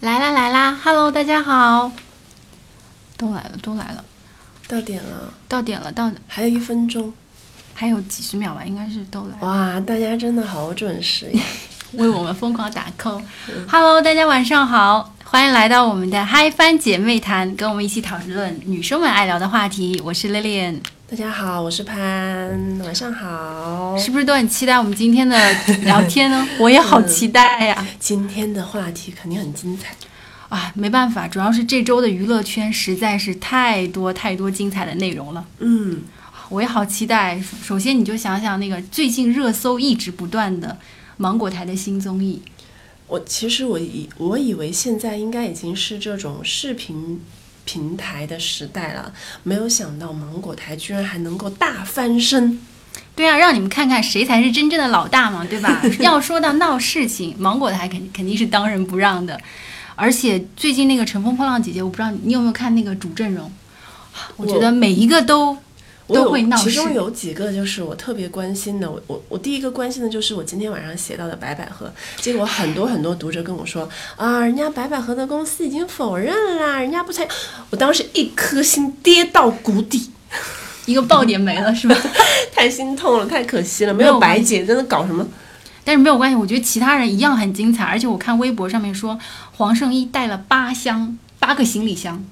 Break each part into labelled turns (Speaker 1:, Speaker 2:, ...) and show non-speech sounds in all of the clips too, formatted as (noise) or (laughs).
Speaker 1: 来啦来啦，Hello，大家好，
Speaker 2: 都来了，都来了，
Speaker 3: 到点了，
Speaker 2: 到点了，到
Speaker 3: 还有一分钟。
Speaker 2: 还有几十秒吧，应该是都
Speaker 1: 哦
Speaker 2: 来了，
Speaker 3: 哇，大家真的好准时呀！
Speaker 2: 为我们疯狂打 call。Hello，大家
Speaker 1: 嗯
Speaker 2: 晚上好，欢迎来到我们的嗨翻姐妹谈，跟我们一起讨论女生们爱聊的话题。我是 Lilian，
Speaker 3: 大家好，我是潘，晚上
Speaker 1: 哦
Speaker 3: 好。
Speaker 2: 是不是都很期待我们今天的聊天
Speaker 1: (laughs)
Speaker 2: 呢？我也好期待呀、
Speaker 3: 今天的话题肯定很精彩，
Speaker 2: 啊，没办法，主要是这周的娱乐圈实在是太多太多精彩的内容了。
Speaker 3: 嗯，
Speaker 2: 我也好期待。首先，你就想想那个最近热搜一直不断的芒果台的新综艺，
Speaker 3: 我其实我以我以为现在应该已经是这种视频平台的时代了，没有想到芒果台居然还能够大翻身。
Speaker 2: 对啊，让你们看看谁才是真正的老大嘛，对吧？要说到闹事情，芒果台肯肯定是当仁不让的。而且最近那个《乘风破浪》姐姐，我不知道你有没有看那个主阵容，我觉得每一个都
Speaker 3: 我有
Speaker 2: 都会闹事
Speaker 3: 其中有几个就是我特别关心的，我我我第一个关心的就是我今天晚上写到的白百合，结果很多很多读者跟我说啊，人家白百合的公司已经否认啦，人家不采，我当时一颗心跌到谷底， (laughs)
Speaker 2: 一个爆点没了，是吧？ (laughs)
Speaker 3: 太心痛了，太可惜了，没
Speaker 2: 没有
Speaker 3: 有白姐真的搞什么，
Speaker 2: 但是没有关系，我觉得其他人一样很精彩。而且我看微博上面说，黄圣依带了八箱八个行李箱，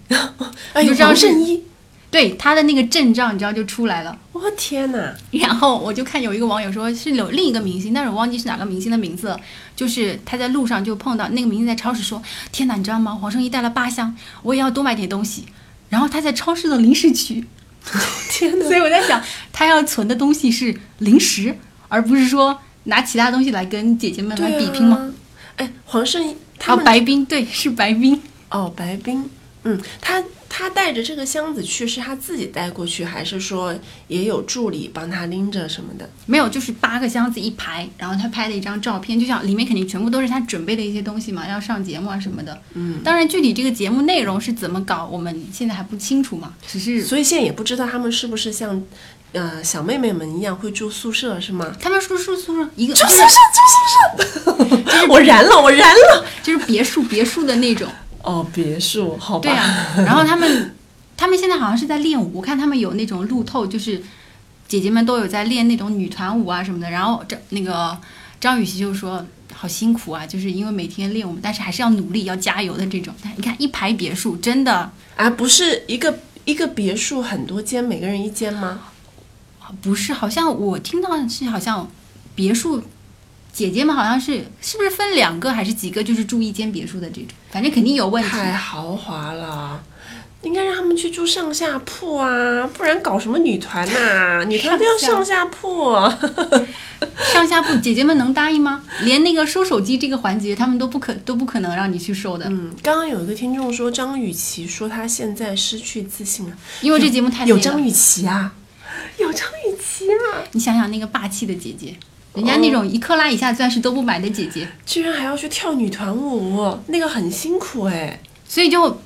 Speaker 3: 哎
Speaker 2: 你
Speaker 3: 呦，
Speaker 2: 知道
Speaker 3: 张
Speaker 2: 是
Speaker 3: 圣依，
Speaker 2: 对她的那个阵仗，你知道就出来了。
Speaker 3: 我天哪，
Speaker 2: 然后我就看有一个网友说是有另一个明星，但是我忘记是哪个明星的名字了。就是他在路上就碰到那个明星在超市说：“天哪，你知道吗？黄圣依带了八箱，我也要多买点东西。”然后他在超市的零食区，
Speaker 3: 天哪
Speaker 2: 所，以我在想，他要存的东西是零食，而不是说拿其他东西来跟姐姐们来
Speaker 3: 对
Speaker 2: 比拼吗？
Speaker 3: 啊？哎，黄圣依他
Speaker 2: 啊，
Speaker 3: 们
Speaker 2: 白冰，对，是白冰。
Speaker 3: 哦，白冰，嗯，他他带着这个箱子去，是他自己带过去，还是说也有助理帮他拎着什么的？
Speaker 2: 没有，就是八个箱子一排，然后他拍了一张照片，就像里面肯定全部都是他准备的一些东西嘛，要上节目啊什么的。
Speaker 3: 嗯，
Speaker 2: 当然具体这个节目内容是怎么搞，我们现在还不清楚嘛，只是
Speaker 3: 所以现在也不知道他们是不是像，呃，小妹妹们一样会住宿舍是吗？
Speaker 2: 他们说说说说一个
Speaker 3: 住宿舍，住宿舍， (laughs) 我燃了，我燃了。
Speaker 2: 就是别墅别墅的那种，
Speaker 3: 哦，别墅，好吧。
Speaker 2: 对啊。然后他们他们现在好像是在练舞，我看他们有那种路透，就是姐姐们都有在练那种女团舞啊什么的。然后这那个张雨绮就说。好辛苦啊，就是因为每天练舞，但是还是要努力，要加油的这种。但你看一排别墅，真的
Speaker 3: 啊，不是一个一个别墅很多间，每个人一间吗？
Speaker 2: 不是，好像我听到是好像别墅姐姐们好像是是不是分两个还是几个，就是住一间别墅的这种，反正肯定有问题。
Speaker 3: 太豪华了。应该让他们去住上下铺啊，不然搞什么女团 (laughs) 呐、女团都要上下铺、
Speaker 2: 上下铺姐姐们能答应吗？连那个收手机这个环节，他们都不可都不可能让你去收的，
Speaker 3: 嗯，刚刚有一个听众说张雨绮说她现在失去自信了，
Speaker 2: 因为这节目太累
Speaker 3: 有
Speaker 2: 了。
Speaker 3: 张雨绮啊，有张雨绮啊，
Speaker 2: 你想想那个霸气的姐姐，人家那
Speaker 3: 哦
Speaker 2: 种一克拉以下钻石都不买的姐姐，
Speaker 3: 居然还要去跳女团舞，那个很辛苦哎。
Speaker 2: 所以就。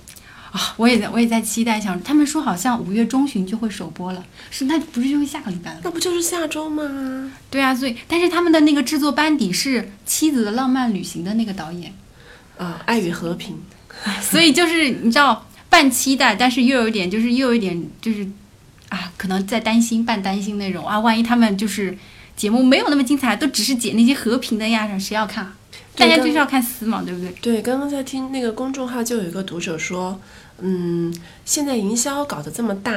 Speaker 2: 啊，我也在，我也在期待，想他们说好像五月中旬就会首播了，是那不是就是下个礼拜了吗？
Speaker 3: 那不就是下周吗？
Speaker 2: 对啊，所以但是他们的那个制作班底是《妻子的浪漫旅行》的那个导演， (laughs)
Speaker 3: 啊，爱与和平，
Speaker 2: 所以就是你知道半期待，但是又有一点就是又有一点就是啊，可能在担心半担心那种啊，万一他们就是节目没有那么精彩，都只是剪那些和平的呀，谁要看啊？大
Speaker 3: 对
Speaker 2: 家
Speaker 3: 刚
Speaker 2: 就是要看撕嘛，对不对？
Speaker 3: 对，刚刚在听那个公众号，就有一个读者说，嗯，现在营销搞得这么大，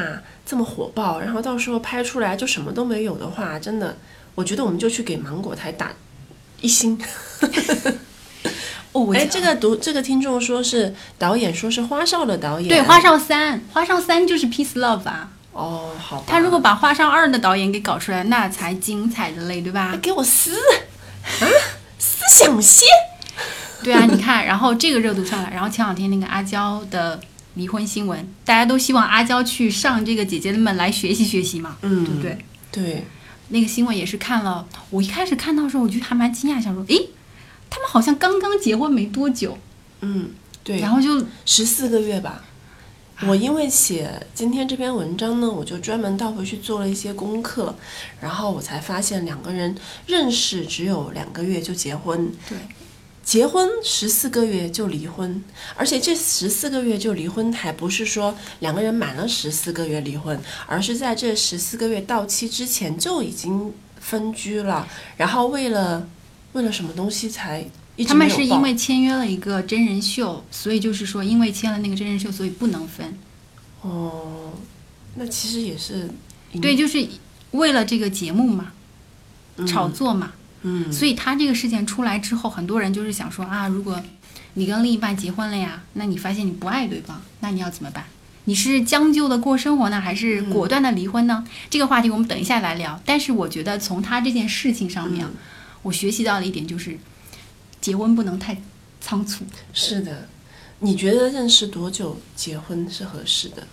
Speaker 3: 这么火爆，然后到时候拍出来就什么都没有的话，真的，我觉得我们就去给芒果台打一星。
Speaker 2: 哦，我
Speaker 3: 哎，
Speaker 2: 觉
Speaker 3: 这
Speaker 2: 得
Speaker 3: 个读这个听众说是导演，说是花少的导演。
Speaker 2: 对《花少三》，《花少三》就是 Peace Love 啊，
Speaker 3: 哦，好吧。
Speaker 2: 他如果把《花少二》的导演给搞出来，那才精彩的嘞，对吧？
Speaker 3: 哎给我撕啊，思想些。 (laughs)
Speaker 2: 对啊，你看，然后这个热度上来，然后前两天那个阿娇的离婚新闻，大家都希望阿娇去上这个姐姐们来学习学习嘛，
Speaker 3: 嗯
Speaker 2: 对不对？
Speaker 3: 对，
Speaker 2: 那个新闻也是看了，我一开始看到的时候，我就还蛮惊讶，想说，诶，他们好像刚刚结婚没多久，
Speaker 3: 嗯，对
Speaker 2: 然，后就
Speaker 3: 十四个月吧。
Speaker 2: 啊
Speaker 3: 我因为写今天这篇文章呢，我就专门倒回去做了一些功课，然后我才发现两个人认识只有两个月就结婚，
Speaker 2: 对，
Speaker 3: 结婚十四个月就离婚，而且这十四个月就离婚，还不是说两个人满了十四个月离婚，而是在这十四个月到期之前就已经分居了，然后为了为了什么东西才一直
Speaker 2: 他
Speaker 3: 没
Speaker 2: 们
Speaker 3: 有
Speaker 2: 是
Speaker 3: 报
Speaker 2: 因为签约了一个真人秀，所以就是说，因为签了那个真人秀，所以不能分。
Speaker 3: 哦，那其实也是因
Speaker 2: 对，就是为了这个节目嘛，炒作嘛。
Speaker 3: 嗯
Speaker 2: 所以他这个事件出来之后，很多人就是想说啊，如果你跟另一半结婚了呀，那你发现你不爱对方，那你要怎么办？你是将就的过生活呢，还是果断的离婚呢？这个话题我们等一下来聊。但是我觉得从他这件事情上面，啊
Speaker 3: 嗯
Speaker 2: 我学习到了一点，就是结婚不能太仓促。
Speaker 3: 是的。你觉得认识多久结婚是合适的？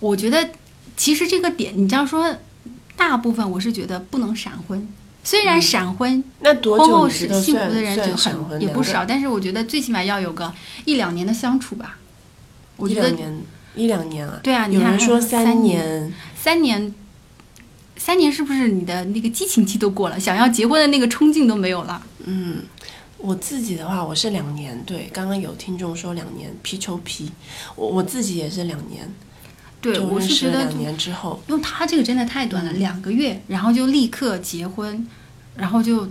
Speaker 2: 我觉得其实这个点，你这样说，大部分我是觉得不能闪婚。虽然闪婚
Speaker 3: 那多
Speaker 2: 婚
Speaker 3: 久
Speaker 2: 后
Speaker 3: 你觉
Speaker 2: 是
Speaker 3: 得
Speaker 2: 幸
Speaker 3: 算
Speaker 2: 福的人
Speaker 3: 算
Speaker 2: 就
Speaker 3: 闪婚
Speaker 2: 很也
Speaker 3: 两
Speaker 2: 不
Speaker 3: 个
Speaker 2: 少，但是我觉得最起码要有个一两年的相处吧。我
Speaker 3: 一
Speaker 2: 觉
Speaker 3: 两
Speaker 2: 得
Speaker 3: 年，一两年啊。
Speaker 2: 对啊，
Speaker 3: 有
Speaker 2: 你看
Speaker 3: 人说
Speaker 2: 三
Speaker 3: 三，年，
Speaker 2: 三年，三年是不是你的那个激情期都过了，想要结婚的那个冲劲都没有了？
Speaker 3: 嗯，我自己的话，我是两年。对，刚刚有听众说两年，皮球皮，我我自己也是两年。
Speaker 2: 对，
Speaker 3: 就
Speaker 2: 我
Speaker 3: 认
Speaker 2: 是
Speaker 3: 识
Speaker 2: 觉
Speaker 3: 了
Speaker 2: 得
Speaker 3: 两年嗯之后，
Speaker 2: 因为他这个真的太短了，两个月，然后就立刻结婚，然后就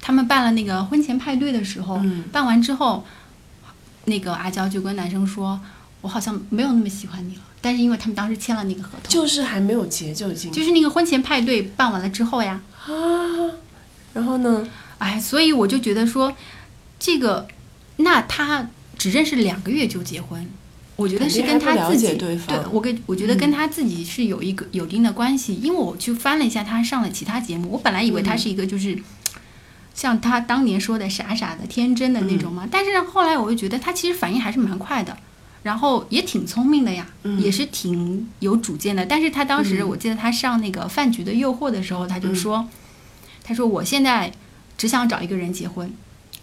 Speaker 2: 他们办了那个婚前派对的时候，
Speaker 3: 嗯
Speaker 2: 办完之后，那个阿娇就跟男生说：“我好像没有那么喜欢你了。”但是因为他们当时签了那个合同，
Speaker 3: 就是还没有结就已经
Speaker 2: 就是那个婚前派对办完了之后呀，
Speaker 3: 啊。然后呢？
Speaker 2: 哎，所以我就觉得说，这个那他只认识两个月就结婚，我觉得是跟
Speaker 3: 肯定还
Speaker 2: 他
Speaker 3: 不
Speaker 2: 自
Speaker 3: 了解
Speaker 2: 己
Speaker 3: 对方
Speaker 2: 我跟我觉得跟他自己是有一个有一定的关系，因为我去翻了一下他上了其他节目，我本来以为他是一个就是。像他当年说的傻傻的、天真的那种嘛，但是后来我就觉得他其实反应还是蛮快的，然后也挺聪明的呀，
Speaker 3: 嗯
Speaker 2: 也是挺有主见的。但是他当时我记得他上那个饭局的诱惑的时候，他就说，他说我现在只想找一个人结婚，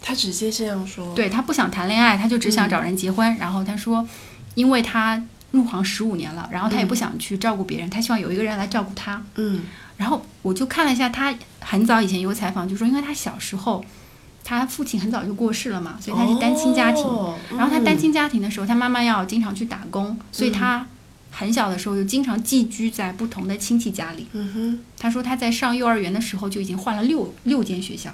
Speaker 3: 他直接这样说。
Speaker 2: 对他不想谈恋爱，他就只想找人结婚。然后他说，因为他入行十五年了，然后他也不想去照顾别人，他希望有一个人来照顾他。
Speaker 3: 嗯
Speaker 2: 然后我就看了一下，他很早以前有采访，就说因为他小时候，他父亲很早就过世了嘛，所以他是单亲家庭。
Speaker 3: 哦
Speaker 2: 然后他单亲家庭的时候，他妈妈要经常去打工，所以他很小的时候就经常寄居在不同的亲戚家里。
Speaker 3: 嗯
Speaker 2: 他说他在上幼儿园的时候就已经换了六六间学校，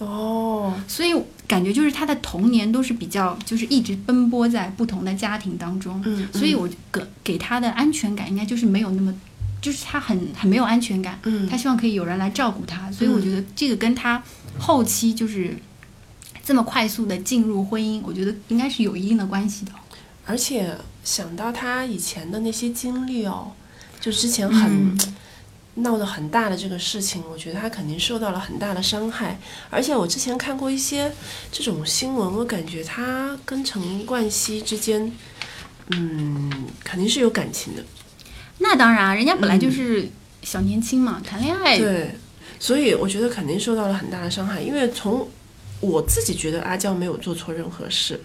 Speaker 3: 哼，哦，
Speaker 2: 所以感觉就是他的童年都是比较就是一直奔波在不同的家庭当中，
Speaker 3: 嗯，
Speaker 2: 所以我给给他的安全感应该就是没有那么，就是他很很没有安全感，
Speaker 3: 嗯
Speaker 2: 他希望可以有人来照顾他，所以我觉得这个跟他后期就是这么快速的进入婚姻，我觉得应该是有一定的关系的。
Speaker 3: 而且想到他以前的那些经历哦，就之前
Speaker 2: 嗯
Speaker 3: 很、闹得很大的这个事情，我觉得他肯定受到了很大的伤害。而且我之前看过一些这种新闻，我感觉他跟陈冠希之间，嗯，肯定是有感情的。
Speaker 2: 那当然啊，人家本来就是小年轻嘛，谈恋爱
Speaker 3: 对，所以我觉得肯定受到了很大的伤害，因为从我自己觉得阿娇没有做错任何事，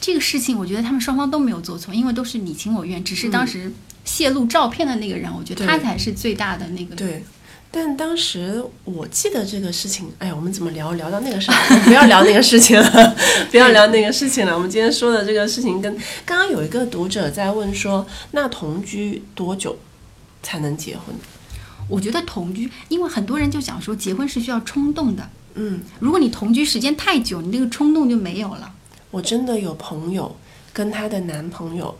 Speaker 2: 这个事情，我觉得他们双方都没有做错，因为都是你情我愿，只是当时泄露照片的那个人，我觉得
Speaker 3: 嗯对
Speaker 2: 他才是最大的那个。
Speaker 3: 对，但当时我记得这个事情，哎呀，我们怎么聊聊到那个事情？ (laughs) 不要聊那个事情了， (laughs) 不要聊那个事情了。我们今天说的这个事情跟，刚刚有一个读者在问说，那同居多久才能结婚？
Speaker 2: 我觉得同居，因为很多人就想说结婚是需要冲动的，
Speaker 3: 嗯，
Speaker 2: 如果你同居时间太久，你那个冲动就没有了。
Speaker 3: 我真的有朋友跟她的男朋友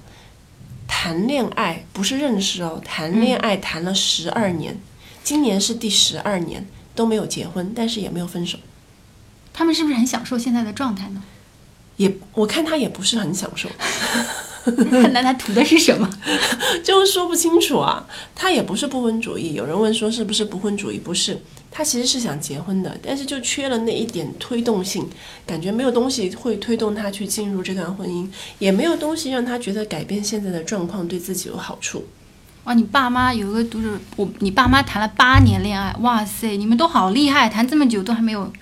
Speaker 3: 谈恋爱，不是认识哦，谈恋爱谈了十二年，今年是第十二年都没有结婚，但是也没有分手。
Speaker 2: 他们是不是很享受现在的状态呢？ (laughs)
Speaker 3: 也，我看他也不是很享受，
Speaker 2: 那他图的是什么？
Speaker 3: 就是说不清楚啊。他也不是不婚主义，有人问说是不是不婚主义？不是，他其实是想结婚的，但是就缺了那一点推动性，感觉没有东西会推动他去进入这段婚姻，也没有东西让他觉得改变现在的状况对自己有好处。
Speaker 2: (laughs) 哇，你爸妈有一个读者，我你爸妈谈了八年恋爱，哇塞，你们都好厉害，谈这么久都还没有，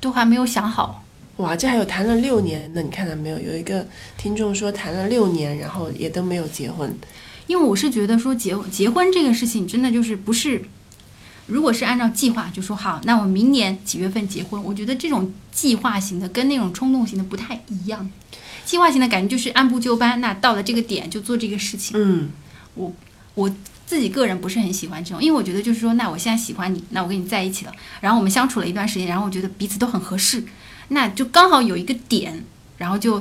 Speaker 2: 都还没有想好。
Speaker 3: 哇，这还有谈了六年的，你看到没有？有一个听众说谈了六年，然后也都没有结婚。
Speaker 2: 因为我是觉得说结结婚这个事情真的就是不是如果是按照计划，就说好，那我明年几月份结婚？我觉得这种计划型的跟那种冲动型的不太一样。计划型的感觉就是按部就班，那到了这个点就做这个事情。
Speaker 3: 嗯，
Speaker 2: 我自己个人不是很喜欢这种，因为我觉得就是说，那我现在喜欢你，那我跟你在一起了，然后我们相处了一段时间，然后我觉得彼此都很合适，那就刚好有一个点，然后就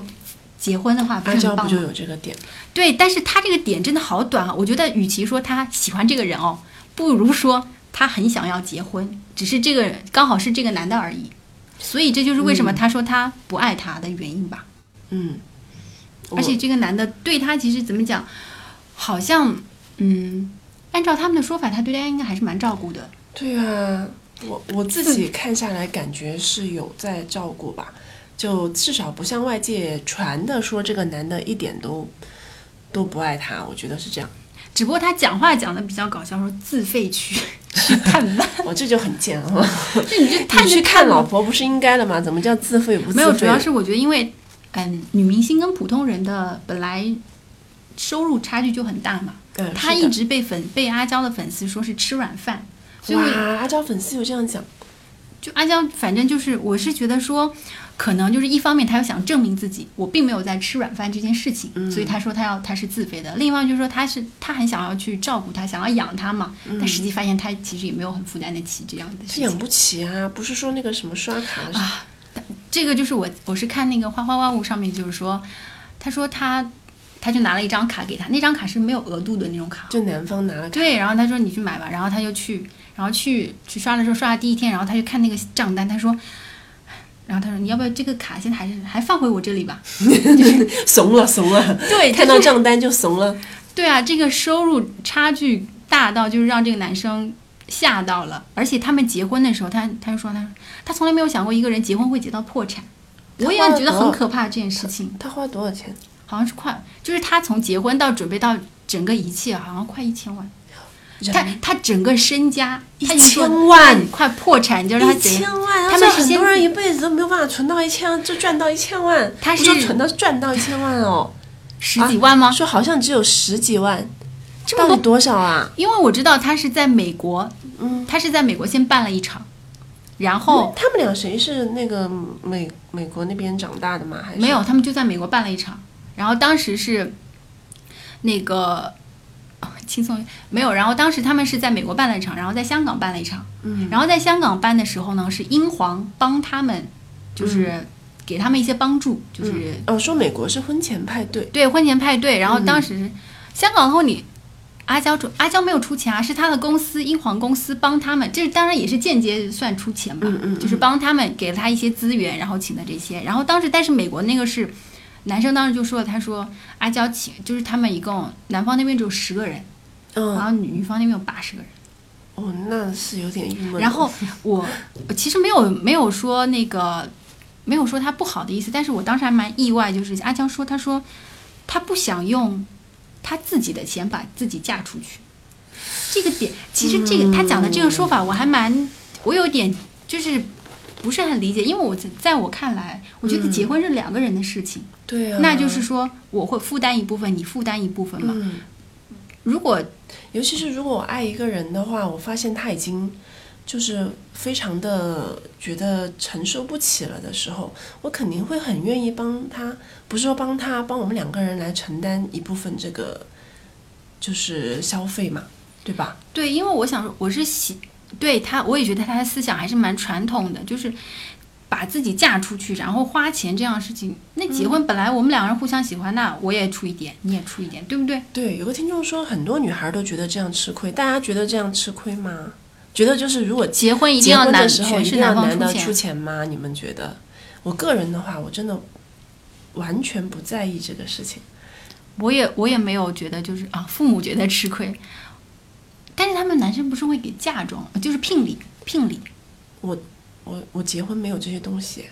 Speaker 2: 结婚的话不
Speaker 3: 阿
Speaker 2: 是
Speaker 3: 娇
Speaker 2: 很
Speaker 3: 不
Speaker 2: 棒
Speaker 3: 就
Speaker 2: 吗？
Speaker 3: 有这个点？
Speaker 2: 对，但是他这个点真的好短啊！我觉得与其说他喜欢这个人哦，不如说他很想要结婚，只是这个刚好是这个男的而已。所以这就是为什么他说他不爱他的原因吧。
Speaker 3: 嗯，
Speaker 2: 而且这个男的对他其实怎么讲，好像嗯，按照他们的说法，他对他应该还是蛮照顾的。
Speaker 3: 对啊，我我自
Speaker 2: 嗯
Speaker 3: 己看下来，感觉是有在照顾吧，就至少不像外界传的说这个男的一点都都不爱她，我觉得是这样。
Speaker 2: 只不过他讲话讲的比较搞笑，说自费去去探班，
Speaker 3: 我这就很
Speaker 2: (laughs)
Speaker 3: 贱啊！
Speaker 2: 那 (laughs) 你就探
Speaker 3: 你
Speaker 2: 着
Speaker 3: 去看
Speaker 2: 探
Speaker 3: 老
Speaker 2: 吧
Speaker 3: 婆不是应该的吗？怎么叫自费不自费？
Speaker 2: 没有，主要是我觉得因为嗯，女明星跟普通人的本来收入差距就很大嘛，
Speaker 3: 嗯，
Speaker 2: 她
Speaker 3: 是的
Speaker 2: 一直被粉被阿娇的粉丝说是吃软饭，所以
Speaker 3: 哇
Speaker 2: 我，
Speaker 3: 阿娇粉丝有这样讲，
Speaker 2: 就阿娇，反正就是，我是觉得说，可能就是一方面，她又想证明自己，我并没有在吃软饭这件事情，
Speaker 3: 嗯
Speaker 2: 所以她说她要她是自费的。另一方面就是说，她是她很想要去照顾他，想要养他嘛，但实际发现她其实也没有很负担得起这样的事
Speaker 3: 是
Speaker 2: 情
Speaker 3: 嗯养。不起啊，不是说那个什么刷卡的事
Speaker 2: 啊这个就是我我是看那个花花万物上面就是说，他说他他就拿了一张卡给他，那张卡是没有额度的那种卡，
Speaker 3: 就男方
Speaker 2: (laughs)
Speaker 3: 拿了卡，
Speaker 2: 对，然后他说你去买吧，然后他就去，然后去去刷的时候刷了第一天，然后他就看那个账单，他说，然后他说你要不要这个卡现在还是还放回我这里吧？
Speaker 3: 怂了怂了，
Speaker 2: 对，
Speaker 3: 看
Speaker 2: 他
Speaker 3: 到
Speaker 2: 就
Speaker 3: 账单就怂了。
Speaker 2: (laughs) 对啊，这个收入差距大到就是让这个男生吓到了，而且他们结婚的时候，他他就说他说他从来没有想过一个人结婚会结到破产，我也
Speaker 3: 他花嗯了
Speaker 2: 觉得
Speaker 3: 多
Speaker 2: 很
Speaker 3: 少
Speaker 2: 可怕这件事情，
Speaker 3: 他花多少钱？
Speaker 2: 好像是快，就是他从结婚到准备到整个一切好像快一千万。他他整个身家，他已经说
Speaker 3: 1000万
Speaker 2: 他快破产，你知道他
Speaker 3: 一
Speaker 2: 怎样？
Speaker 3: 千万，
Speaker 2: 他
Speaker 3: 这
Speaker 2: 们是
Speaker 3: 很
Speaker 2: 先
Speaker 3: 多人一辈子都没有办法存到一千万，就赚到一千万。
Speaker 2: 他
Speaker 3: 不
Speaker 2: 是
Speaker 3: 说存到赚到一千万哦，
Speaker 2: 十几万吗？
Speaker 3: 说好像只有十几万，
Speaker 2: 这
Speaker 3: 到
Speaker 2: 么
Speaker 3: 底
Speaker 2: 多？
Speaker 3: 啊
Speaker 2: 嗯
Speaker 3: 多少啊？
Speaker 2: 因为我知道他是在美国，
Speaker 3: 嗯，
Speaker 2: 他是在美国先办了一场，然后、
Speaker 3: 他们俩谁是那个美美国那边长大的吗？还是
Speaker 2: 没有，他们就在美国办了一场，然后当时是那个。哦轻松没有，然后当时他们是在美国办了一场，然后在香港办了一场，
Speaker 3: 嗯，
Speaker 2: 然后在香港办的时候呢，是英皇帮他们，就是
Speaker 3: 嗯
Speaker 2: 给他们一些帮助，就是
Speaker 3: 哦，说美国是婚前派对，
Speaker 2: 对婚前派对，然后
Speaker 3: 嗯
Speaker 2: 当时、香港后你阿娇出阿娇没有出钱啊，是她的公司英皇公司帮他们，这当然也是间接算出钱吧，
Speaker 3: 嗯嗯
Speaker 2: 就是帮他们给了他一些资源，然后请的这些，然后当时但是美国那个是男生当时就说了，他说阿娇请就是他们一共男方那边只有十个人，然
Speaker 3: 嗯，
Speaker 2: 后女女方那边有八十个人，
Speaker 3: 哦，那是有点郁闷。
Speaker 2: 然后我我其实没有没有说那个没有说他不好的意思，但是我当时还蛮意外，就是阿娇说，她说她不想用她自己的钱把自己嫁出去，这个点其实这个她讲的这个说法我还蛮我有点就是不是很理解，因为我在在我看来，我觉得结婚是两个人的事情，
Speaker 3: 对啊，
Speaker 2: 那就是说我会负担一部分，你负担一部分嘛。
Speaker 3: 嗯，
Speaker 2: 如果
Speaker 3: 尤其是如果我爱一个人的话，我发现他已经就是非常的觉得承受不起了的时候，我肯定会很愿意帮他，不是说帮他，帮我们两个人来承担一部分这个就是消费嘛，对吧？
Speaker 2: 对，因为我想说，我是喜对他，我也觉得他的思想还是蛮传统的，就是把自己嫁出去，然后花钱这样的事情。那结婚本来我们两个人互相喜欢，那我也出一点，你也出一点，对不对？
Speaker 3: 对，有个听众说，很多女孩都觉得这样吃亏，大家觉得这样吃亏吗？觉得就是如果
Speaker 2: 结婚一定
Speaker 3: 结
Speaker 2: 要
Speaker 3: 婚
Speaker 2: 男，
Speaker 3: 的时候
Speaker 2: 全
Speaker 3: 一
Speaker 2: 是
Speaker 3: 定要
Speaker 2: 男方
Speaker 3: 男的出
Speaker 2: 钱。
Speaker 3: 钱吗？你们觉得？我个人的话，我真的完全不在意这个事情。
Speaker 2: 我也我也没有觉得就是啊，父母觉得吃亏，但是他们男生不是会给嫁妆，就是聘礼，聘礼。
Speaker 3: 我我结婚没有这些东西，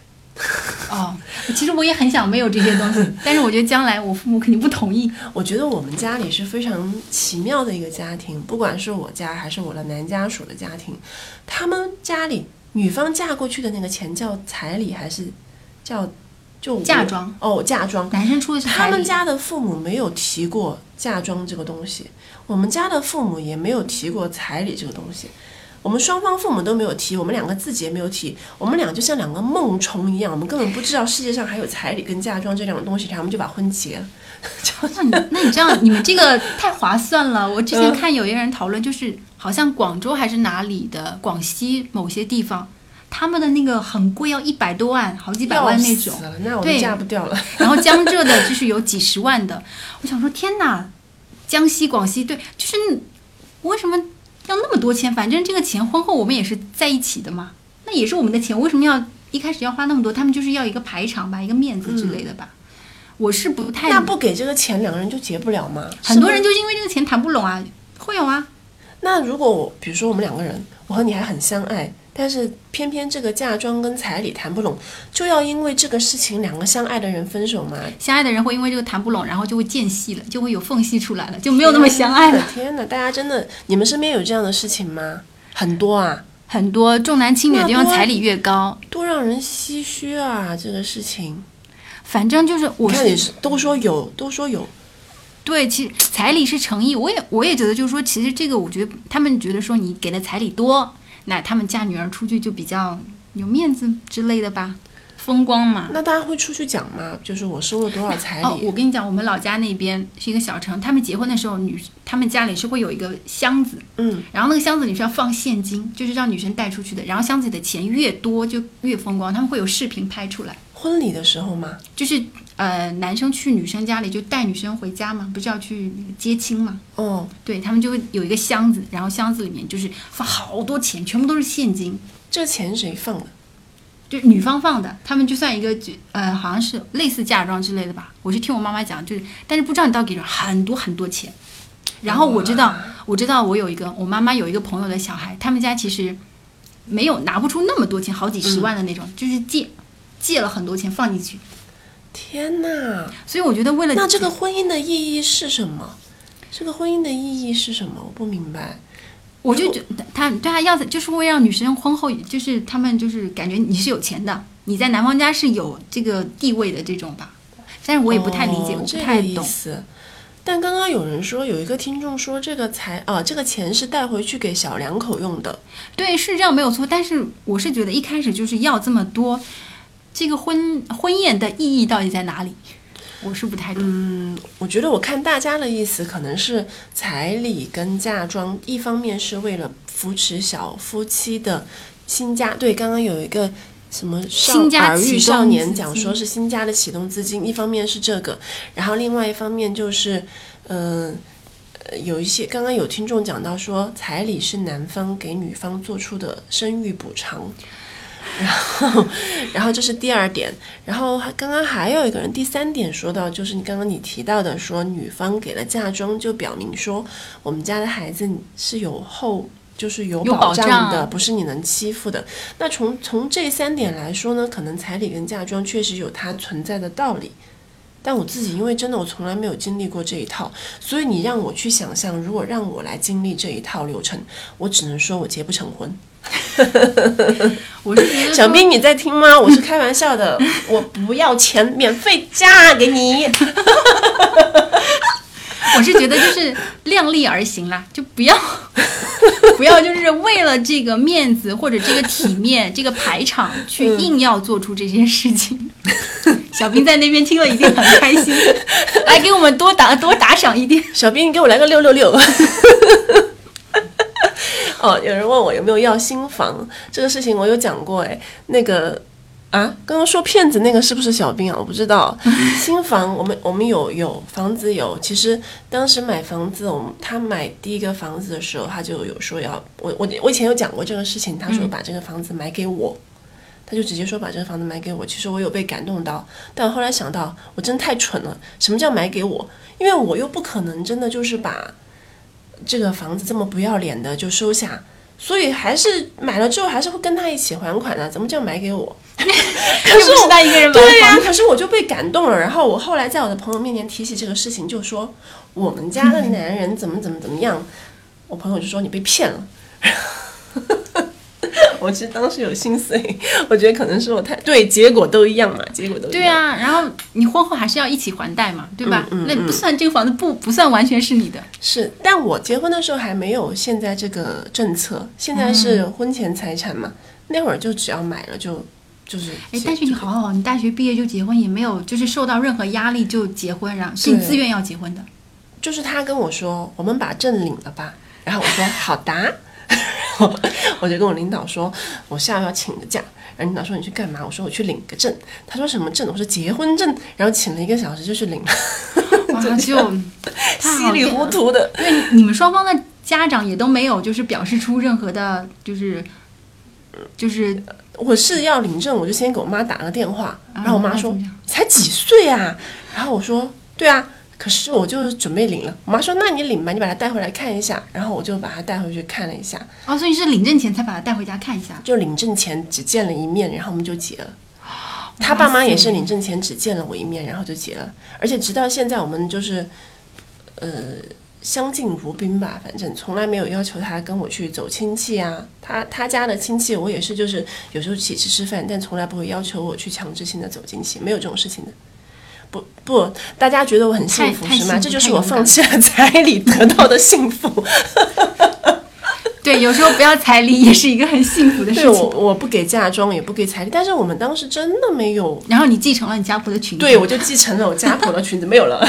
Speaker 2: 哦，其实我也很想没有这些东西，但是我觉得将来我父母肯定不同意。
Speaker 3: 我觉得我们家里是非常奇妙的一个家庭，不管是我家还是我的男家属的家庭，他们家里女方嫁过去的那个钱叫彩礼还是叫就我
Speaker 2: 嫁妆
Speaker 3: 哦嫁妆，
Speaker 2: (laughs) 男生出的是彩
Speaker 3: 他
Speaker 2: 礼
Speaker 3: 们家的父母没有提过嫁妆这个东西，我们家的父母也没有提过彩礼这个东西。我们双方父母都没有提，我们两个自己也没有提，我们俩就像两个梦虫一样，我们根本不知道世界上还有彩礼跟嫁妆这两种东西，然后我们就把婚结了。
Speaker 2: (laughs) 那你那你这样，你们这个太划算了。我之前
Speaker 3: 嗯
Speaker 2: 看有些人讨论，就是好像广州还是哪里的广西某些地方，他们的那个很贵，要一百多万、好几百万那种
Speaker 3: 要。死了，那我就
Speaker 2: 对
Speaker 3: 嫁不掉了。
Speaker 2: 然后江浙的就是有几十万的。我想说，天哪，江西、广西，对，就是为什么要那么多钱？反正这个钱婚后我们也是在一起的嘛，那也是我们的钱，为什么要一开始要花那么多？他们就是要一个排场吧，一个面子之类的吧。我是不太，
Speaker 3: 嗯那不给这个钱，两个人就结不了吗？
Speaker 2: 很多
Speaker 3: 是吗
Speaker 2: 人就是因为这个钱谈不拢啊，会有啊。
Speaker 3: 那如果我比如说我们两个人，我和你还很相爱，但是偏偏这个嫁妆跟彩礼谈不拢，就要因为这个事情两个相爱的人分手吗？
Speaker 2: 相爱的人会因为这个谈不拢，然后就会间隙了，就会有缝隙出来了，就没有那么相爱了。
Speaker 3: 天啊哪，大家真的，你们身边有这样的事情吗？很多啊，
Speaker 2: 很多重男轻女的地方，
Speaker 3: 那多
Speaker 2: 彩礼越高，
Speaker 3: 多让人唏嘘啊！这个事情，
Speaker 2: 反正就是
Speaker 3: 我
Speaker 2: 我
Speaker 3: 看
Speaker 2: 是
Speaker 3: 你是都说有，都说有，
Speaker 2: 对，其实彩礼是诚意，我也我也觉得，就是说，其实这个，我觉得他们觉得说你给的彩礼多，那他们嫁女儿出去就比较有面子之类的吧，风光嘛。
Speaker 3: 那大家会出去讲吗？就是我收了多少彩
Speaker 2: 哦，
Speaker 3: 礼？
Speaker 2: 我跟你讲，我们老家那边是一个小城，他们结婚的时候，女他们家里是会有一个箱子，
Speaker 3: 嗯，
Speaker 2: 然后那个箱子里是要放现金，就是让女生带出去的，然后箱子里的钱越多就越风光，他们会有视频拍出来。
Speaker 3: 婚礼的时候吗？
Speaker 2: 就是呃，男生去女生家里就带女生回家嘛，不是要去那个接亲嘛？
Speaker 3: 哦，
Speaker 2: 对他们就会有一个箱子，然后箱子里面就是放好多钱，全部都是现金，
Speaker 3: 这钱谁放的？
Speaker 2: 就女方放的。他们就算一个就呃，好像是类似嫁妆之类的吧。我是听我妈妈讲，就是但是不知道你到底给了很多很多钱。然后我知道，我知道我有一个我妈妈有一个朋友的小孩，他们家其实没有拿不出那么多钱，好几十万的那
Speaker 3: 嗯
Speaker 2: 种，就是借借了很多钱放进去。
Speaker 3: 天哪！
Speaker 2: 所以我觉得为了
Speaker 3: 那这个婚姻的意义是什么？这个婚姻的意义是什么？我不明白。
Speaker 2: 我就觉得他对他要的就是会让女生婚后就是他们就是感觉你是有钱的，你在男方家是有这个地位的这种吧。但是我也不太理解，
Speaker 3: 哦
Speaker 2: 我不
Speaker 3: 这
Speaker 2: 太
Speaker 3: 个意
Speaker 2: 懂。
Speaker 3: 思。但刚刚有人说，有一个听众说，这个财啊，这个钱是带回去给小两口用的。
Speaker 2: 对，是这样没有错，但是我是觉得一开始就是要这么多，这个婚婚宴的意义到底在哪里？我是不太懂。
Speaker 3: 嗯我觉得我看大家的意思，可能是彩礼跟嫁妆，一方面是为了扶持小夫妻的新家。对，刚刚有一个什么少
Speaker 2: 新家
Speaker 3: 儿
Speaker 2: 启
Speaker 3: 育
Speaker 2: 动
Speaker 3: 少年
Speaker 2: 资
Speaker 3: 讲
Speaker 2: 金
Speaker 3: 说是新家的启动资金，一方面是这个，然后另外一方面就是，嗯、呃有一些刚刚有听众讲到说，彩礼是男方给女方做出的生育补偿，然后，然后这是第二点，然后还刚刚还有一个人第三点说到，就是你刚刚你提到的说，女方给了嫁妆，就表明说我们家的孩子是有后。就是有
Speaker 2: 有
Speaker 3: 保
Speaker 2: 保障
Speaker 3: 的，不是你能欺负的。那从从这三点来说呢，可能彩礼跟嫁妆确实有它存在的道理。但我自己因为真的我从来没有经历过这一套，所以你让我去想象，如果让我来经历这一套流程，我只能说我结不成婚。
Speaker 2: 我是觉得
Speaker 3: 小
Speaker 2: 说
Speaker 3: 兵，你在听吗？我是开玩笑的，我不要钱，免费嫁给你。
Speaker 2: 我是觉得就是量力而行啦，就不要 (laughs) 不要就是为了这个面子或者这个体面、这个排场去
Speaker 3: 嗯
Speaker 2: 硬要做出这件事情。 (laughs) 小兵在那边听了一定很开心，来给我们多打多打赏一点。
Speaker 3: 小兵，你给我来个六六六。哦，有人问我有没有要新房这个事情，我有讲过哎，那个啊，刚刚说骗子那个是不是小兵啊？我不知道。新房我们我们有有房子有，其实当时买房子，我们他买第一个房子的时候，他就有说要我我我以前有讲过这个事情，他说把这个房子买给我。他就直接说把这个房子买给我，其实我有被感动到，但我后来想到，我真太蠢了。什么叫买给我？因为我又不可能真的就是把这个房子这么不要脸的就收下，所以还是买了之后还是会跟他一起还款的、怎么叫买给我？可
Speaker 2: 又
Speaker 3: 是
Speaker 2: 不
Speaker 3: 我
Speaker 2: 是他一个人买
Speaker 3: 对呀、
Speaker 2: 房
Speaker 3: 可是我就被感动了。然后我后来在我的朋友面前提起这个事情，就说我们家的男人怎么怎么怎么样，我朋友就说你被骗了。我 (laughs) 我其实当时有心碎， (laughs) 我觉得可能是我太对，结果都一样嘛，结果都一样
Speaker 2: 对啊，然后你婚后还是要一起还贷嘛，对吧？
Speaker 3: 嗯嗯
Speaker 2: 那不算这个房子不不算完全是你的，
Speaker 3: 是，但我结婚的时候还没有现在这个政策，现在
Speaker 2: 嗯
Speaker 3: 是婚前财产嘛，那会儿就只要买了就就是。
Speaker 2: 哎，但是你好好，你大学毕业就结婚，也没有就是受到任何压力就结婚，然后是你
Speaker 3: 对
Speaker 2: 自愿要结婚的。
Speaker 3: (laughs) 就是他跟我说，我们把证领了吧，然后我说好的啊，然后我就跟我领导说，我下午要请个假。然后领导说你去干嘛？我说我去领个证。他说什么证？我说结婚证。然后请了一个小时就去领了， (laughs)
Speaker 2: 哇，就太
Speaker 3: 稀
Speaker 2: 好
Speaker 3: 里
Speaker 2: 见
Speaker 3: 糊
Speaker 2: 了
Speaker 3: 涂的。
Speaker 2: 对你们双方的家长也都没有就是表示出任何的，就是就是
Speaker 3: 我是要领证，我就先给我妈打了电话，
Speaker 2: 啊
Speaker 3: 呃然后我妈
Speaker 2: 那
Speaker 3: 说
Speaker 2: 怎么样
Speaker 3: 才几岁啊，然后我说对啊，可是我就准备领了，我妈说那你领吧，你把它带回来看一下，然后我就把它带回去看了一下，
Speaker 2: 哦，所以是领证前才把他带回家看一下。
Speaker 3: 就领证前只见了一面，然后我们就结了。他爸妈也是领证前只见了我一面，然后就结了，而且直到现在我们就是，呃，相敬如宾吧，反正从来没有要求他跟我去走亲戚啊。他他家的亲戚我也是，就是有时候一起吃吃饭，但从来不会要求我去强制性的走亲戚，没有这种事情的。不不，大家觉得我很幸福
Speaker 2: 太太
Speaker 3: 是吗？
Speaker 2: 幸
Speaker 3: 这
Speaker 2: 福
Speaker 3: 就是
Speaker 2: 太
Speaker 3: 我
Speaker 2: 勇
Speaker 3: 放
Speaker 2: 敢
Speaker 3: 弃了彩礼得到的幸福。
Speaker 2: (laughs) 对，有时候不要彩礼也是一个很幸福的事
Speaker 3: 对我
Speaker 2: 情。
Speaker 3: 我不给嫁妆，也不给彩礼，但是我们当时真的没有
Speaker 2: 然后你继承了你家婆的裙子，
Speaker 3: 对，我就继承了我家婆的裙子，没有了。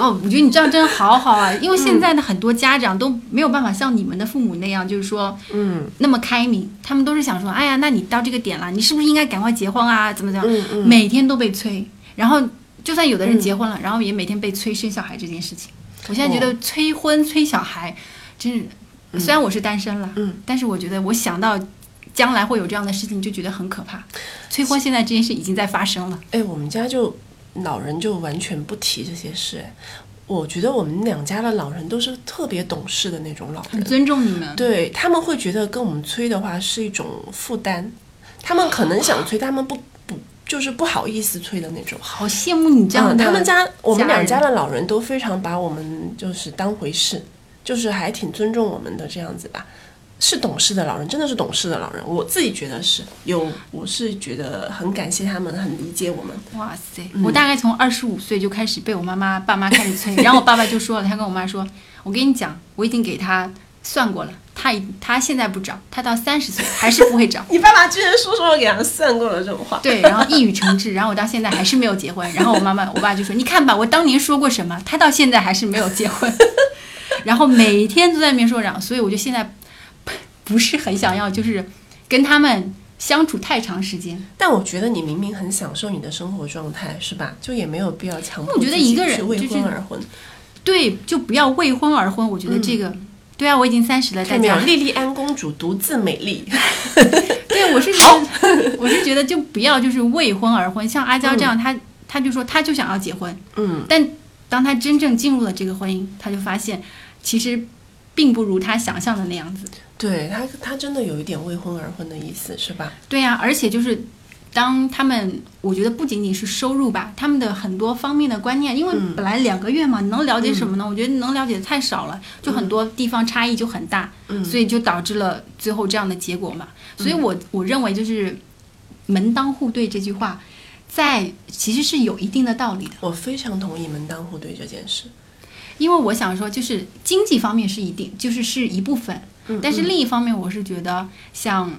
Speaker 2: 哦，我觉得你这样真的好好啊，
Speaker 3: 嗯
Speaker 2: 因为现在的很多家长都没有办法像你们的父母那样，就是说，嗯，那么开明，他们都是想说，哎呀，那你到这个点了，你是不是应该赶快结婚啊？怎么怎么样，
Speaker 3: 嗯
Speaker 2: 每天都被催，然后就算有的人结婚了，然后也每天被催生小孩这件事情。我现在觉
Speaker 3: 哦
Speaker 2: 得催婚、催小孩，真是，虽然我是单身了，
Speaker 3: 嗯，
Speaker 2: 但是我觉得我想到。将来会有这样的事情，就觉得很可怕。催婚现在这件事已经在发生了，
Speaker 3: 哎，我们家就老人就完全不提这些事。哎，我觉得我们两家的老人都是特别懂事的那种老
Speaker 2: 很
Speaker 3: 人，
Speaker 2: 尊重你们。
Speaker 3: 对他们会觉得跟我们催的话是一种负担，他们可能想催，他们不不就是不好意思催的那种。
Speaker 2: 好羡慕你这样
Speaker 3: 嗯
Speaker 2: 的、
Speaker 3: 他们家我们两家
Speaker 2: 人
Speaker 3: 的老人都非常把我们就是当回事，就是还挺尊重我们的这样子吧。是懂事的老人，真的是懂事的老人，我自己觉得是有，我是觉得很感谢他们，很理解我们。。
Speaker 2: 哇塞！我大概从二十五岁就开始被我妈妈、爸妈开始催，然后我爸爸就说了，他跟我妈说：“我跟你讲，我已经给他算过了，他一他现在不找，他到三十岁还是不会找 (laughs)
Speaker 3: 你爸爸居然说出了给他算过了这种话”，
Speaker 2: 对，然后一语成谶，然后我到现在还是没有结婚。然后我妈妈、我爸就说：“你看吧，我当年说过什么，他到现在还是没有结
Speaker 3: (laughs)
Speaker 2: 婚。”然后每天都在面说嚷，所以我就现在不不是很想要，就是跟他们相处太长时间。
Speaker 3: 但我觉得你明明很享受你的生活状态，是吧？就也没有必要强迫
Speaker 2: 我觉得
Speaker 3: 自己
Speaker 2: 一个人
Speaker 3: 去为
Speaker 2: 就是
Speaker 3: 婚而婚。
Speaker 2: 对，就不要为婚而婚。我觉得这个，对啊，我已经三十了，大
Speaker 3: 嗯看到没有
Speaker 2: 家，
Speaker 3: (laughs) 莉莉安公主独自美丽，
Speaker 2: 对我是觉得， (laughs) 我是觉得就不要就是为婚而婚。像阿娇这样，她她就说她就想要结婚，
Speaker 3: 嗯，
Speaker 2: 但当她真正进入了这个婚姻，她就发现其实并不如她想象的那样子。
Speaker 3: 对她她真的有一点为婚而婚的意思，是吧？
Speaker 2: 对呀、而且就是当他们，我觉得不仅仅是收入吧，他们的很多方面的观念，因为
Speaker 3: 嗯
Speaker 2: 本来两个月嘛，你能了解什么呢？我觉得能了解的太少了，就很多地方差异就很大，
Speaker 3: 嗯
Speaker 2: 所以就导致了最后这样的结果嘛。所以我我认为就是“门当户对”这句话，在其实是有一定的道理的，
Speaker 3: 我非常同意门当户对这件事。
Speaker 2: 因为我想说，就是经济方面是一定，就是是一部分，
Speaker 3: 嗯
Speaker 2: 但是另一方面，我是觉得像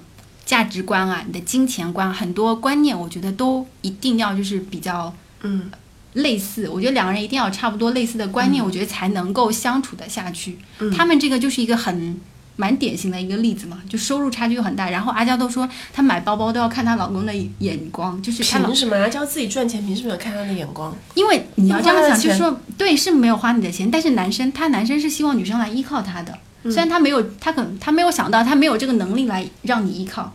Speaker 2: 价值观啊、你的金钱观，很多观念，我觉得都一定要就是比较
Speaker 3: 嗯，
Speaker 2: 类似。我觉得两个人一定要有差不多类似的观念，我觉得才能够相处得下去。嗯
Speaker 3: 嗯
Speaker 2: 他们这个就是一个很。蛮典型的一个例子嘛，就收入差距很大。然后阿娇都说她买包包都要看她老公的眼光，就是她老
Speaker 3: 凭什么要教自己赚钱？凭什么要看他的眼光？
Speaker 2: 因为你要这
Speaker 3: 花
Speaker 2: 样
Speaker 3: 了
Speaker 2: 想，就
Speaker 3: 钱
Speaker 2: 是说，对，是没有花你的钱，但是男生他男生是希望女生来依靠他的，
Speaker 3: 嗯
Speaker 2: 虽然他没有，他可能他没有想到，他没有这个能力来让你依靠，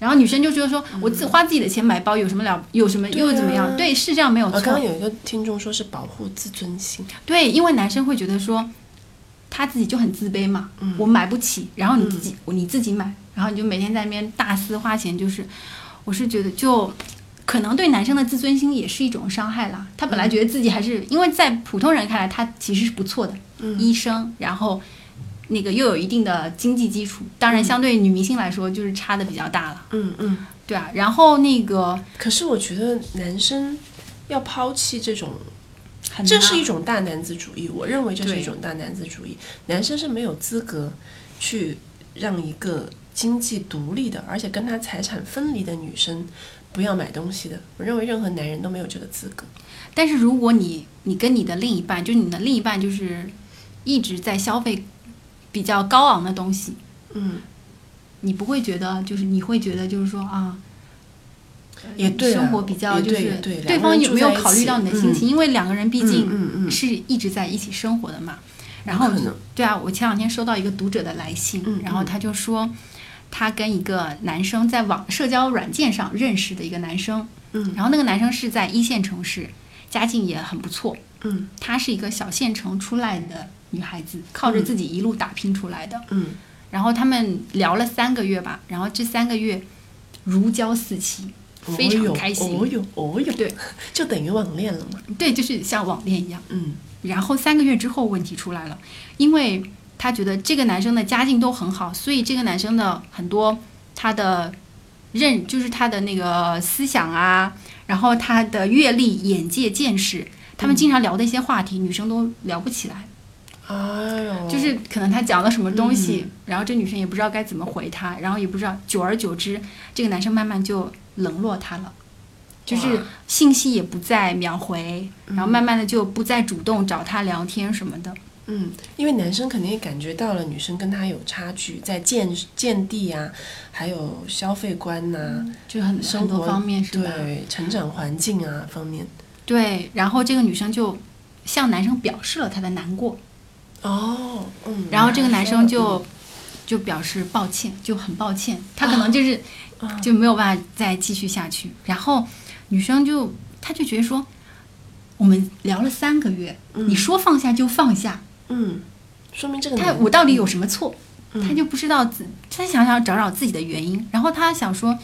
Speaker 2: 然后女生就觉得说，我自花自己的钱买包有什么了，有什么
Speaker 3: 嗯对啊
Speaker 2: 又怎么样？对，是这样没有
Speaker 3: 我刚
Speaker 2: 错
Speaker 3: 呃刚，有一个听众说是保护自尊心，
Speaker 2: 对，因为男生会觉得说，他自己就很自卑嘛，
Speaker 3: 嗯
Speaker 2: 我买不起，然后你自己你自己买，然后你就每天在那边大肆花钱，就是，我是觉得就。可能对男生的自尊心也是一种伤害啦。他本
Speaker 3: 嗯
Speaker 2: 来觉得
Speaker 3: 嗯
Speaker 2: 自己还是，因为在普通人看来，他其实是不错的，医生，然后那个又有一定的经济基础，当然相对女明星来说就是差的比较大了，
Speaker 3: 嗯嗯。
Speaker 2: 对啊。然后那个
Speaker 3: 可是我觉得男生要抛弃这种，
Speaker 2: 很
Speaker 3: 这是
Speaker 2: 难啊
Speaker 3: 一种大男子主义，我认为这是
Speaker 2: 对
Speaker 3: 一种大男子主义。男生是没有资格去让一个经济独立的，而且跟他财产分离的女生不要买东西的。我认为任何男人都没有这个资格。
Speaker 2: 但是如果你你跟你的另一半，就是你的另一半就是一直在消费比较高昂的东西，
Speaker 3: 嗯，
Speaker 2: 你不会觉得就是你会觉得就是说啊，
Speaker 3: 也对啊，
Speaker 2: 生活比较
Speaker 3: 也
Speaker 2: 就
Speaker 3: 对
Speaker 2: 是
Speaker 3: 也对，
Speaker 2: 对方有没有考虑到你的心情，因为两个人毕
Speaker 3: 毕竟
Speaker 2: 竟
Speaker 3: 嗯嗯，嗯
Speaker 2: 是一直在一起生活的嘛。然后
Speaker 3: 有可能
Speaker 2: 对啊，我前两天收到一个读者的来信，
Speaker 3: 嗯
Speaker 2: 然后他就说他跟一个男生在网社交软件上认识的一个男生，
Speaker 3: 嗯
Speaker 2: 然后那个男生是在一线城市，家境也很不错，
Speaker 3: 嗯
Speaker 2: 她是一个小县城出来的女孩子，靠着自己一路打拼出来的。
Speaker 3: 嗯
Speaker 2: 然后他们聊了三个月吧，然后这三个月如胶似漆，(laughs)
Speaker 3: 嗯，
Speaker 2: 非常开心。
Speaker 3: 哦哟哦哟，
Speaker 2: 对，
Speaker 3: (laughs) 就等于网恋了嘛。
Speaker 2: 对，就是像网恋一样。
Speaker 3: 嗯
Speaker 2: 然后三个月之后问题出来了，因为她觉得这个男生的家境都很好，所以这个男生的很多他的认就是他的那个思想啊，然后他的阅历、眼界、见识，他们经常聊的一些话题，女生都聊不起来。
Speaker 3: 哎呦，
Speaker 2: 就是可能他讲了什么东西，
Speaker 3: 嗯
Speaker 2: 然后这女生也不知道该怎么回他，然后也不知道，久而久之，这个男生慢慢就冷落她了，就是
Speaker 3: 哇
Speaker 2: 信息也不再秒回，然后慢慢的就不再主动找她聊天什么的。
Speaker 3: 嗯，因为男生肯定也感觉到了女生跟他有差距，在见见地啊，还有消费观呐、
Speaker 2: 就很
Speaker 3: 生
Speaker 2: 很
Speaker 3: 活
Speaker 2: 多方面嗯是吧？
Speaker 3: 对成长环境啊方面。
Speaker 2: 对，然后这个女生就向男生表示了她的难过，
Speaker 3: 哦，嗯，
Speaker 2: 然后这个男生
Speaker 3: 嗯啊
Speaker 2: 就就表示抱歉，就很抱歉，他可能就是
Speaker 3: 嗯
Speaker 2: 就没有办法再继续下去。然后女生就她就觉得说，我们聊了三个月，
Speaker 3: 嗯
Speaker 2: 你说放下就放下，
Speaker 3: 嗯，说明这个
Speaker 2: 他
Speaker 3: 男
Speaker 2: 我到底有什么错？
Speaker 3: 嗯
Speaker 2: 他就不知道自，他想想找找自己的原因，然后他想说，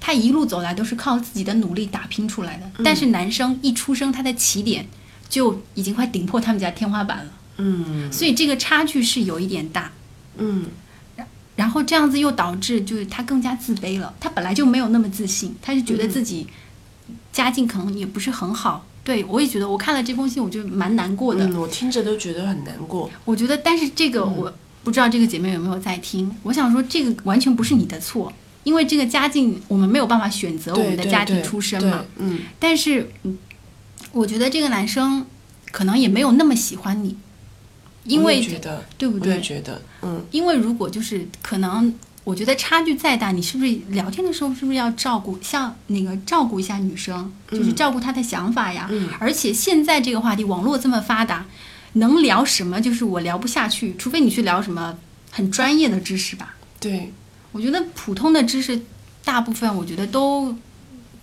Speaker 2: 他一路走来都是靠自己的努力打拼出来的，
Speaker 3: 嗯
Speaker 2: 但是男生一出生他的起点就已经快顶破他们家天花板了，
Speaker 3: 嗯
Speaker 2: 所以这个差距是有一点大。
Speaker 3: 嗯
Speaker 2: 然后这样子又导致就是他更加自卑了，他本来就没有那么自信，他就觉
Speaker 3: 嗯
Speaker 2: 得自己家境可能也不是很好。对我也觉得，我看了这封信，我就蛮难过的。
Speaker 3: 嗯，我听着都觉得很难过。
Speaker 2: 我觉得，但是这个我不知道这个姐妹有没有在听。我想说，这个完全不是你的错，因为这个家境我们没有办法选择我
Speaker 3: 对
Speaker 2: 们的
Speaker 3: 对
Speaker 2: 家
Speaker 3: 对
Speaker 2: 庭出身
Speaker 3: 对
Speaker 2: 嘛。
Speaker 3: 嗯
Speaker 2: 但是，嗯，我觉得这个男生可能也没有那么喜欢你，因
Speaker 3: 我
Speaker 2: 为
Speaker 3: 也觉得，
Speaker 2: 对不
Speaker 3: 我也
Speaker 2: 对？
Speaker 3: 觉得，嗯
Speaker 2: 因为如果就是可能，我觉得差距再大，你是不是聊天的时候是不是要照顾，像那个照顾一下女生，就是照顾她的想法呀？
Speaker 3: 嗯
Speaker 2: 而且现在这个话题，网络这么发达，能聊什么？就是我聊不下去，除非你去聊什么很专业的知识吧。
Speaker 3: 对，
Speaker 2: 我觉得普通的知识，大部分我觉得都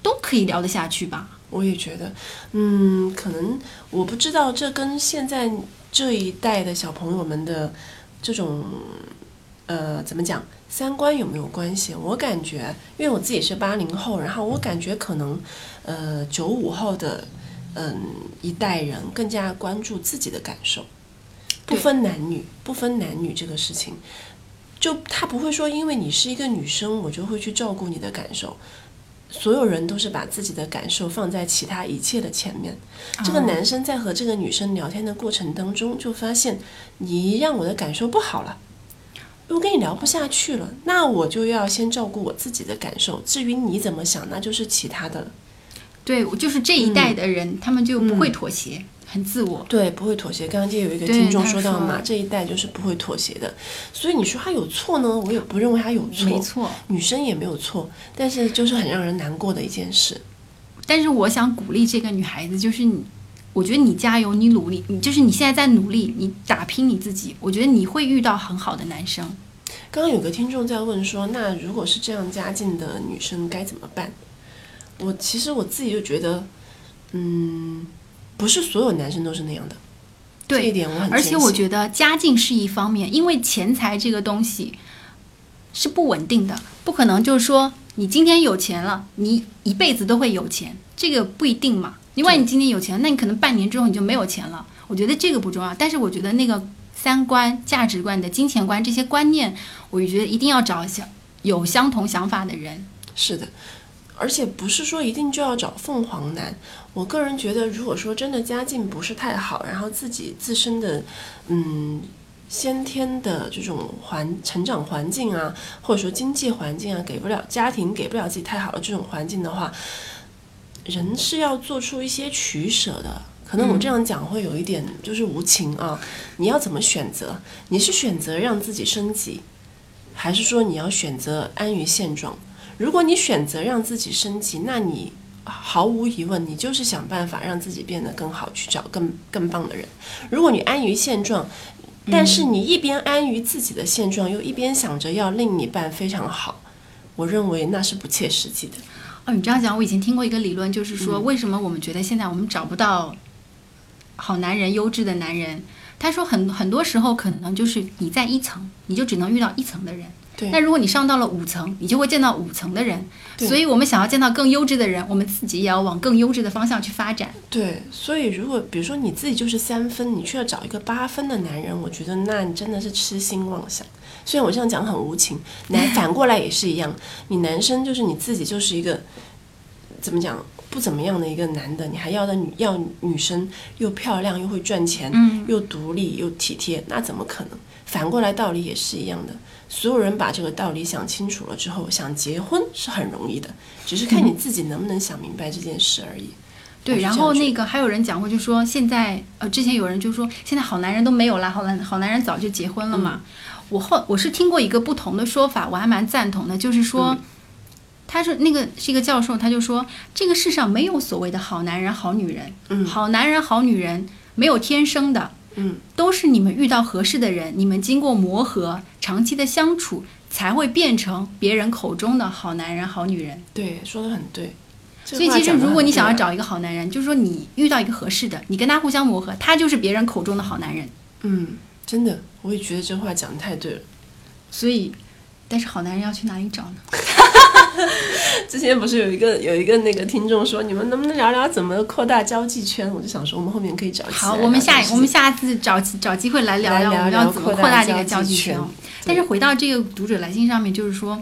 Speaker 2: 都可以聊得下去吧。
Speaker 3: 我也觉得，嗯，可能我不知道这跟现在这一代的小朋友们的这种，呃，怎么讲，三观有没有关系？我感觉，因为我自己是八零后，然后我感觉可能，呃，九五后的，嗯、一代人更加关注自己的感受，不
Speaker 2: 对
Speaker 3: 分男女，不分男女这个事情。就他不会说，因为你是一个女生，我就会去照顾你的感受。所有人都是把自己的感受放在其他一切的前面。这个
Speaker 2: 哦
Speaker 3: 男生在和这个女生聊天的过程当中，就发现你让我的感受不好了，我跟你聊不下去了，那我就要先照顾我自己的感受。至于你怎么想，那就是其他的了。
Speaker 2: 对，我就是
Speaker 3: 嗯
Speaker 2: 这一代的人，他们就不会妥协，很自我。
Speaker 3: 对，不会妥协。刚刚就有一个
Speaker 2: 对
Speaker 3: 听众
Speaker 2: 他
Speaker 3: 说到
Speaker 2: 说
Speaker 3: 嘛，这一代就是不会妥协的。所以你说他有错呢，我也不认为他有
Speaker 2: 没
Speaker 3: 错，
Speaker 2: 错。
Speaker 3: 女生也没有错，但是就是很让人难过的一件事。
Speaker 2: 但是我想鼓励这个女孩子，就是你，我觉得你加油，你努力，你就是你现在在努力，你打拼你自己，我觉得你会遇到很好的男生。
Speaker 3: 刚刚有个听众在问说，那如果是这样家境的女生该怎么办？我其实我自己就觉得，嗯，不是所有男生都是那样的，这一
Speaker 2: 对，
Speaker 3: 点我很
Speaker 2: 而且我
Speaker 3: 得
Speaker 2: 觉得家境是一方面，因为钱财这个东西是不稳定的，不可能就是说你今天有钱了，你一辈子都会有钱，这个不一定嘛。另外，你今天有钱，那你可能半年之后你就没有钱了。我觉得这个不重要，但是我觉得那个三观、价值观、你的金钱观这些观念，我觉得一定要找相有相同想法的人。
Speaker 3: 是的，而且不是说一定就要找凤凰男。我个人觉得，如果说真的家境不是太好，然后自己自身的嗯先天的这种环成长环境啊，或者说经济环境啊，给不了家庭给不了自己太好的这种环境的话，人是要做出一些取舍的。可能我这样讲会有一点就是无情啊，你要怎么选择？你是选择让自己升级，还是说你要选择安于现状？如果你选择让自己升级，那你毫无疑问，你就是想办法让自己变得更好，去找更更棒的人。如果你安于现状，但是你一边安于自己的现状，又一边想着要另一半非常好，我认为那是不切实际的。
Speaker 2: 哦，你这样讲，我以前听过一个理论，就是
Speaker 3: 嗯
Speaker 2: 说为什么我们觉得现在我们找不到好男人、优质的男人？他说很很多时候可能就是你在一层，你就只能遇到一层的人。
Speaker 3: 对
Speaker 2: 那如果你上到了五层，你就会见到五层的人。
Speaker 3: 对
Speaker 2: 所以我们想要见到更优质的人，我们自己也要往更优质的方向去发展。
Speaker 3: 对，所以如果比如说你自己就是三分，你却要找一个八分的男人，我觉得那你真的是痴心妄想。虽然我这样讲很无情，男反过来也是一样，你男生就是你自己就是一个怎么讲不怎么样的一个男的，你还要的女要女生又漂亮又会赚钱，又独立又体贴，那怎么可能？反过来道理也是一样的。所有人把这个道理想清楚了之后，想结婚是很容易的，只是看你自己能不能想明白这件事而已。我
Speaker 2: 对，
Speaker 3: 是
Speaker 2: 然
Speaker 3: 这
Speaker 2: 后
Speaker 3: 样觉
Speaker 2: 那个还有人讲过，就说现在呃，之前有人就说现在好男人都没有啦，好男好男人早就结婚了嘛。
Speaker 3: 嗯
Speaker 2: 我后我是听过一个不同的说法，我还蛮赞同的，就是说，
Speaker 3: 嗯
Speaker 2: 他是那个是一个教授，他就说这个世上没有所谓的好男人、好女人，
Speaker 3: 嗯
Speaker 2: 好男人、好女人没有天生的，
Speaker 3: 嗯，
Speaker 2: 都是你们遇到合适的人，你们经过磨合、长期的相处，才会变成别人口中的好男人、好女人。
Speaker 3: 对，说的很对。所
Speaker 2: 所以其实，如果你想要，找一个好男人，就是说你遇到一个合适的，你跟他互相磨合，他就是别人口中的好男人。
Speaker 3: 嗯，真的，我也觉得这话讲的太对了。
Speaker 2: 所以，但是好男人要去哪里找呢？
Speaker 3: 之前不是有一个有一个那个听众说，你们能不能聊聊怎么扩大交际圈？我就想说，我们后面可以找一期来
Speaker 2: 好，
Speaker 3: 聊
Speaker 2: 我们下
Speaker 3: 这个
Speaker 2: 我们
Speaker 3: 事
Speaker 2: 下次找找机会来聊
Speaker 3: 来
Speaker 2: 聊我
Speaker 3: 聊
Speaker 2: 们
Speaker 3: 聊
Speaker 2: 要怎么
Speaker 3: 扩
Speaker 2: 扩
Speaker 3: 大
Speaker 2: 大这个
Speaker 3: 交
Speaker 2: 交
Speaker 3: 际
Speaker 2: 际
Speaker 3: 圈
Speaker 2: 圈哦。但是回到这个读者来信上面，就是说，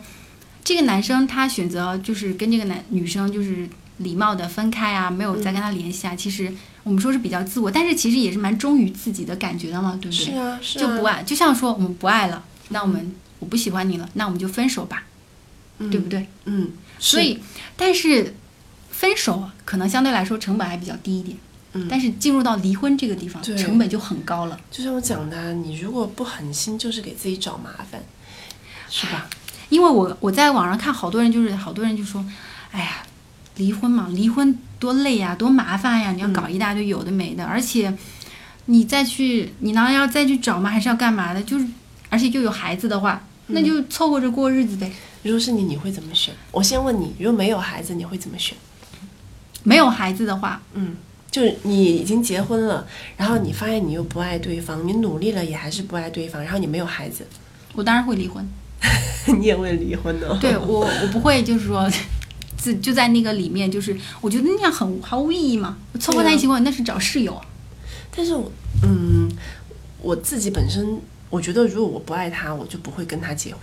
Speaker 2: 这个男生他选择就是跟这个男女生就是礼貌的分开啊，没有
Speaker 3: 嗯
Speaker 2: 再跟他联系啊。其实我们说是比较自我，但是其实也是蛮忠于自己的感觉的嘛，对不对？
Speaker 3: 情是啊，是啊，
Speaker 2: 就不爱，就像说我们不爱了，那我们我不喜欢你了，那我们就分手吧，
Speaker 3: 嗯
Speaker 2: 对不对？
Speaker 3: 嗯，
Speaker 2: 所以，但是分手啊可能相对来说成本还比较低一点，
Speaker 3: 嗯
Speaker 2: 但是进入到离婚这个地方，
Speaker 3: 对
Speaker 2: 成本就很高了。
Speaker 3: 就像我讲的啊，你如果不狠心，就是给自己找麻烦，是吧？
Speaker 2: 因为我我在网上看好多人就是好多人就说，哎呀，离婚嘛，离婚多累呀、多麻烦呀、你要
Speaker 3: 嗯
Speaker 2: 搞一大堆有的没的，而且你再去你难道要再去找吗？还是要干嘛的？就是而且又有孩子的话，那
Speaker 3: 嗯
Speaker 2: 就凑合着过日子呗。
Speaker 3: 如果是你，你会怎么选？我先问你，如果没有孩子，你会怎么选？
Speaker 2: 没有孩子的话，
Speaker 3: 嗯，就是你已经结婚了，然后你发现你又不爱对方，你努力了也还是不爱对方，然后你没有孩子， (laughs)
Speaker 2: 我当然会离婚。
Speaker 3: 你也会离婚 (laughs) 的。
Speaker 2: 对我，我不会就是说，自就在那个里面，就是我觉得那样很毫无意义嘛。凑合在一起过，那是找室友啊。
Speaker 3: 但是我，嗯，我自己本身，我觉得如果我不爱他，我就不会跟他结婚。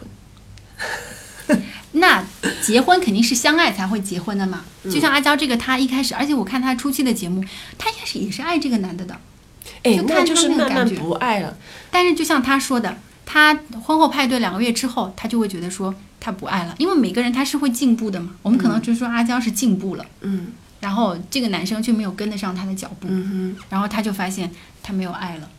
Speaker 2: 那结婚肯定是相爱才会结婚的嘛。就像阿娇这个，她一开始，而且我看她初期的节目，她一开始也是爱这个男的的。
Speaker 3: 哎
Speaker 2: 就，
Speaker 3: 那
Speaker 2: 看
Speaker 3: 就是
Speaker 2: 他那个
Speaker 3: 慢慢
Speaker 2: 感觉
Speaker 3: 不爱了。
Speaker 2: 但是就像她说的，她婚后派对两个月之后，她就会觉得说她不爱了，因为每个人他是会进步的嘛。我们可能就是说阿娇是进步了，
Speaker 3: 嗯
Speaker 2: 然后这个男生却没有跟得上她的脚步，
Speaker 3: 嗯哼
Speaker 2: 然后她就发现他没有爱了。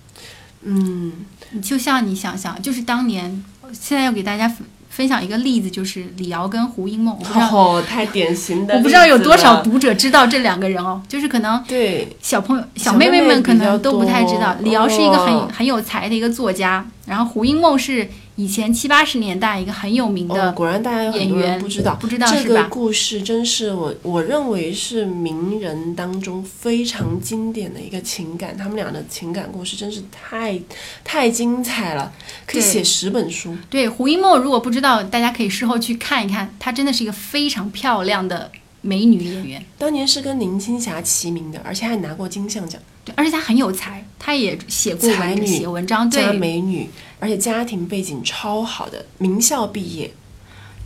Speaker 3: 嗯
Speaker 2: 你就像你想想，就是当年，现在要给大家分分享一个例子，就是李敖跟胡因梦，我不知道，
Speaker 3: 哦，太典型的例子了，啊
Speaker 2: 我不知道有多少读者知道这两个人哦，就是可能
Speaker 3: 对，
Speaker 2: 小朋友、
Speaker 3: 小
Speaker 2: 小妹
Speaker 3: 妹妹
Speaker 2: 们可
Speaker 3: 比较
Speaker 2: 能都不太知道，
Speaker 3: 多
Speaker 2: 李敖是一个很、
Speaker 3: 哦
Speaker 2: 很有才的一个作家，然后胡因梦是以前七八十年代一个很有名
Speaker 3: 哦，
Speaker 2: 的，
Speaker 3: 果然大家有很
Speaker 2: 演
Speaker 3: 多人
Speaker 2: 员
Speaker 3: 不知道，
Speaker 2: 不知道
Speaker 3: 这
Speaker 2: 是
Speaker 3: 个
Speaker 2: 吧
Speaker 3: 故事真是我我认为是名人当中非常经典的一个情感，他们俩的情感故事真是太太精彩了，可以
Speaker 2: 对
Speaker 3: 写十本书。
Speaker 2: 对胡因梦，如果不知道，大家可以事后去看一看，她真的是一个非常漂亮的美女演员。
Speaker 3: 当年是跟林青霞齐名的，而且还拿过金像奖。
Speaker 2: 对，而且她很有才，她也写过
Speaker 3: 才
Speaker 2: 文
Speaker 3: 女
Speaker 2: 写文章，
Speaker 3: 加
Speaker 2: 对，
Speaker 3: 美女，而且家庭背景超好的，名校毕业，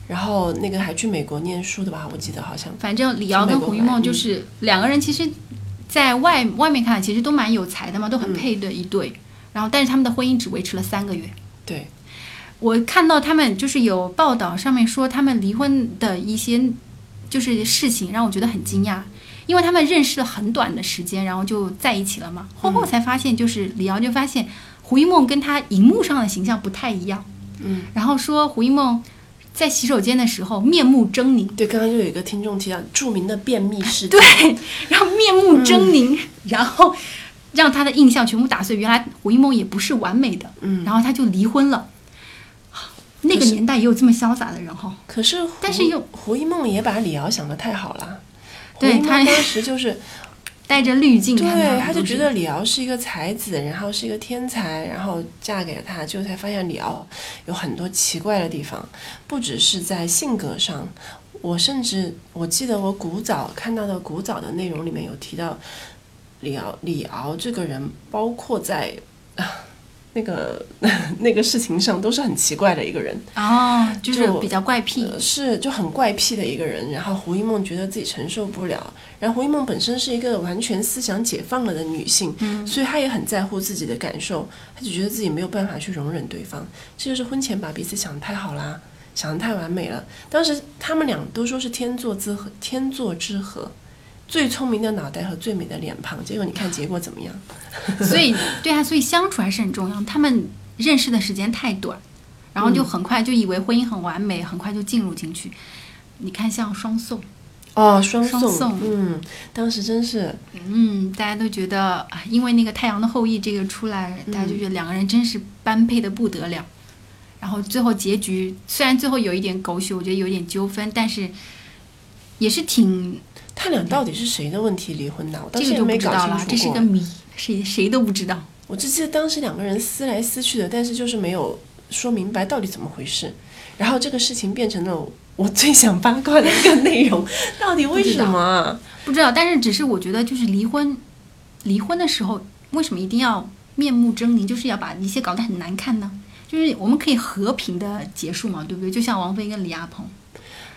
Speaker 3: 然后那个还去美国念书的吧？我记得好像
Speaker 2: 反正李敖跟胡一梦就是两个人，其实，在外外面看其实都蛮有才的嘛，都很配的一对。然后，但是他们的婚姻只维持了三个月。
Speaker 3: 对，
Speaker 2: 我看到他们就是有报道上面说他们离婚的一些就是事情，让我觉得很惊讶，因为他们认识了很短的时间，然后就在一起了嘛。婚后才发现，就是李敖就发现胡一梦跟他荧幕上的形象不太一样，
Speaker 3: 嗯，
Speaker 2: 然后说胡一梦在洗手间的时候面目狰狞，
Speaker 3: 对，刚刚就有一个听众提到著名的便秘事件，
Speaker 2: (laughs) 对，然后面目狰狞，
Speaker 3: 嗯
Speaker 2: 然后让他的印象全部打碎。原来胡一梦也不是完美的，
Speaker 3: 嗯
Speaker 2: 然后他就离婚了。那个
Speaker 3: 可是
Speaker 2: 年代也有这么潇洒的人哈、
Speaker 3: 可是胡
Speaker 2: 但是又
Speaker 3: 胡一梦也把李敖想得太好了，
Speaker 2: 对
Speaker 3: 胡一梦
Speaker 2: 他
Speaker 3: 当
Speaker 2: (laughs)
Speaker 3: 时就是
Speaker 2: 带着滤镜看
Speaker 3: 对，
Speaker 2: 他
Speaker 3: 他
Speaker 2: 们
Speaker 3: 就
Speaker 2: 都
Speaker 3: 觉
Speaker 2: 是
Speaker 3: 得李敖是一个才子，然后是一个天才，然后嫁给了他，结果才发现李敖有很多奇怪的地方，不只是在性格上。我甚至我记得我古早看到的古早的内容里面有提到李敖，李敖这个人，包括在 (laughs) 啊那个 (laughs) 那个事情上都是很奇怪的一个人。
Speaker 2: 哦，就是
Speaker 3: 就
Speaker 2: 比较怪癖，
Speaker 3: 呃是就很怪癖的一个人。然后胡一梦觉得自己承受不了，然后胡一梦本身是一个完全思想解放了的女性，所以她也很在乎自己的感受，她就觉得自己没有办法去容忍对方。这就是婚前把彼此想得太好啦，想得太完美了。当时他们俩都说是天作之合，天作之合。最聪明的脑袋和最美的脸庞，结果你看结果怎么样？
Speaker 2: 所以对啊，所以相处还是很重要。他们认识的时间太短，然后就
Speaker 3: 嗯
Speaker 2: 很快就以为婚姻很完美，很快就进入进去。你看，像双宋，
Speaker 3: 哦，双
Speaker 2: 双
Speaker 3: 宋，
Speaker 2: 宋
Speaker 3: 嗯，当时真是
Speaker 2: 嗯，大家都觉得，啊因为那个《太阳的后裔》这个出来，大家就觉
Speaker 3: 嗯
Speaker 2: 得两个人真是般配的不得了。然后最后结局虽然最后有一点狗血，我觉得有点纠纷，但是也是挺
Speaker 3: 他俩到底是谁的问题离婚的？我到
Speaker 2: 这
Speaker 3: 现
Speaker 2: 个
Speaker 3: 在
Speaker 2: 就
Speaker 3: 没
Speaker 2: 不知
Speaker 3: 搞
Speaker 2: 道
Speaker 3: 清楚
Speaker 2: 了
Speaker 3: 过。，
Speaker 2: 这是个谜，谁谁都不知道。
Speaker 3: 我只记得当时两个人撕来撕去的，但是就是没有说明白到底怎么回事。然后这个事情变成了我最想八卦的一个内容，到底为什么啊？
Speaker 2: 不知道，但是只是我觉得，就是离婚，离婚的时候为什么一定要面目狰狞，就是要把一切搞得很难看呢？就是我们可以和平的结束嘛，对不对？就像王菲跟李亚鹏，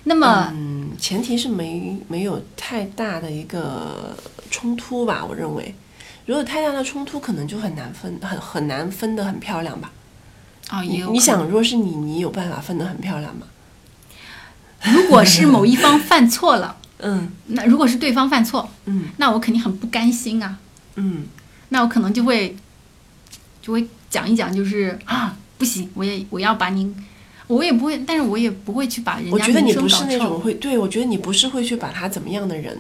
Speaker 2: 那么、
Speaker 3: 嗯，前提是没没有太大的一个冲突吧，我认为。如果太大的冲突，可能就很难分，很很难分得很漂亮吧。
Speaker 2: 啊，也
Speaker 3: 你
Speaker 2: 有
Speaker 3: 你
Speaker 2: 可
Speaker 3: 想，如果是你，你有办法分得很漂亮吗？
Speaker 2: 能，如果是某一方犯错了，
Speaker 3: 嗯
Speaker 2: 那如果是对方犯错，
Speaker 3: 嗯
Speaker 2: 那我肯定很不甘心啊，
Speaker 3: 嗯，
Speaker 2: 那我可能就会就会讲一讲，就是啊，不行，我也我要把你，我也不会，但是我也不会去把人
Speaker 3: 我
Speaker 2: 家
Speaker 3: 觉得你
Speaker 2: 名声
Speaker 3: 不
Speaker 2: 搞
Speaker 3: 是
Speaker 2: 臭。
Speaker 3: 那种会，对我觉得你不是会去把他怎么样的人，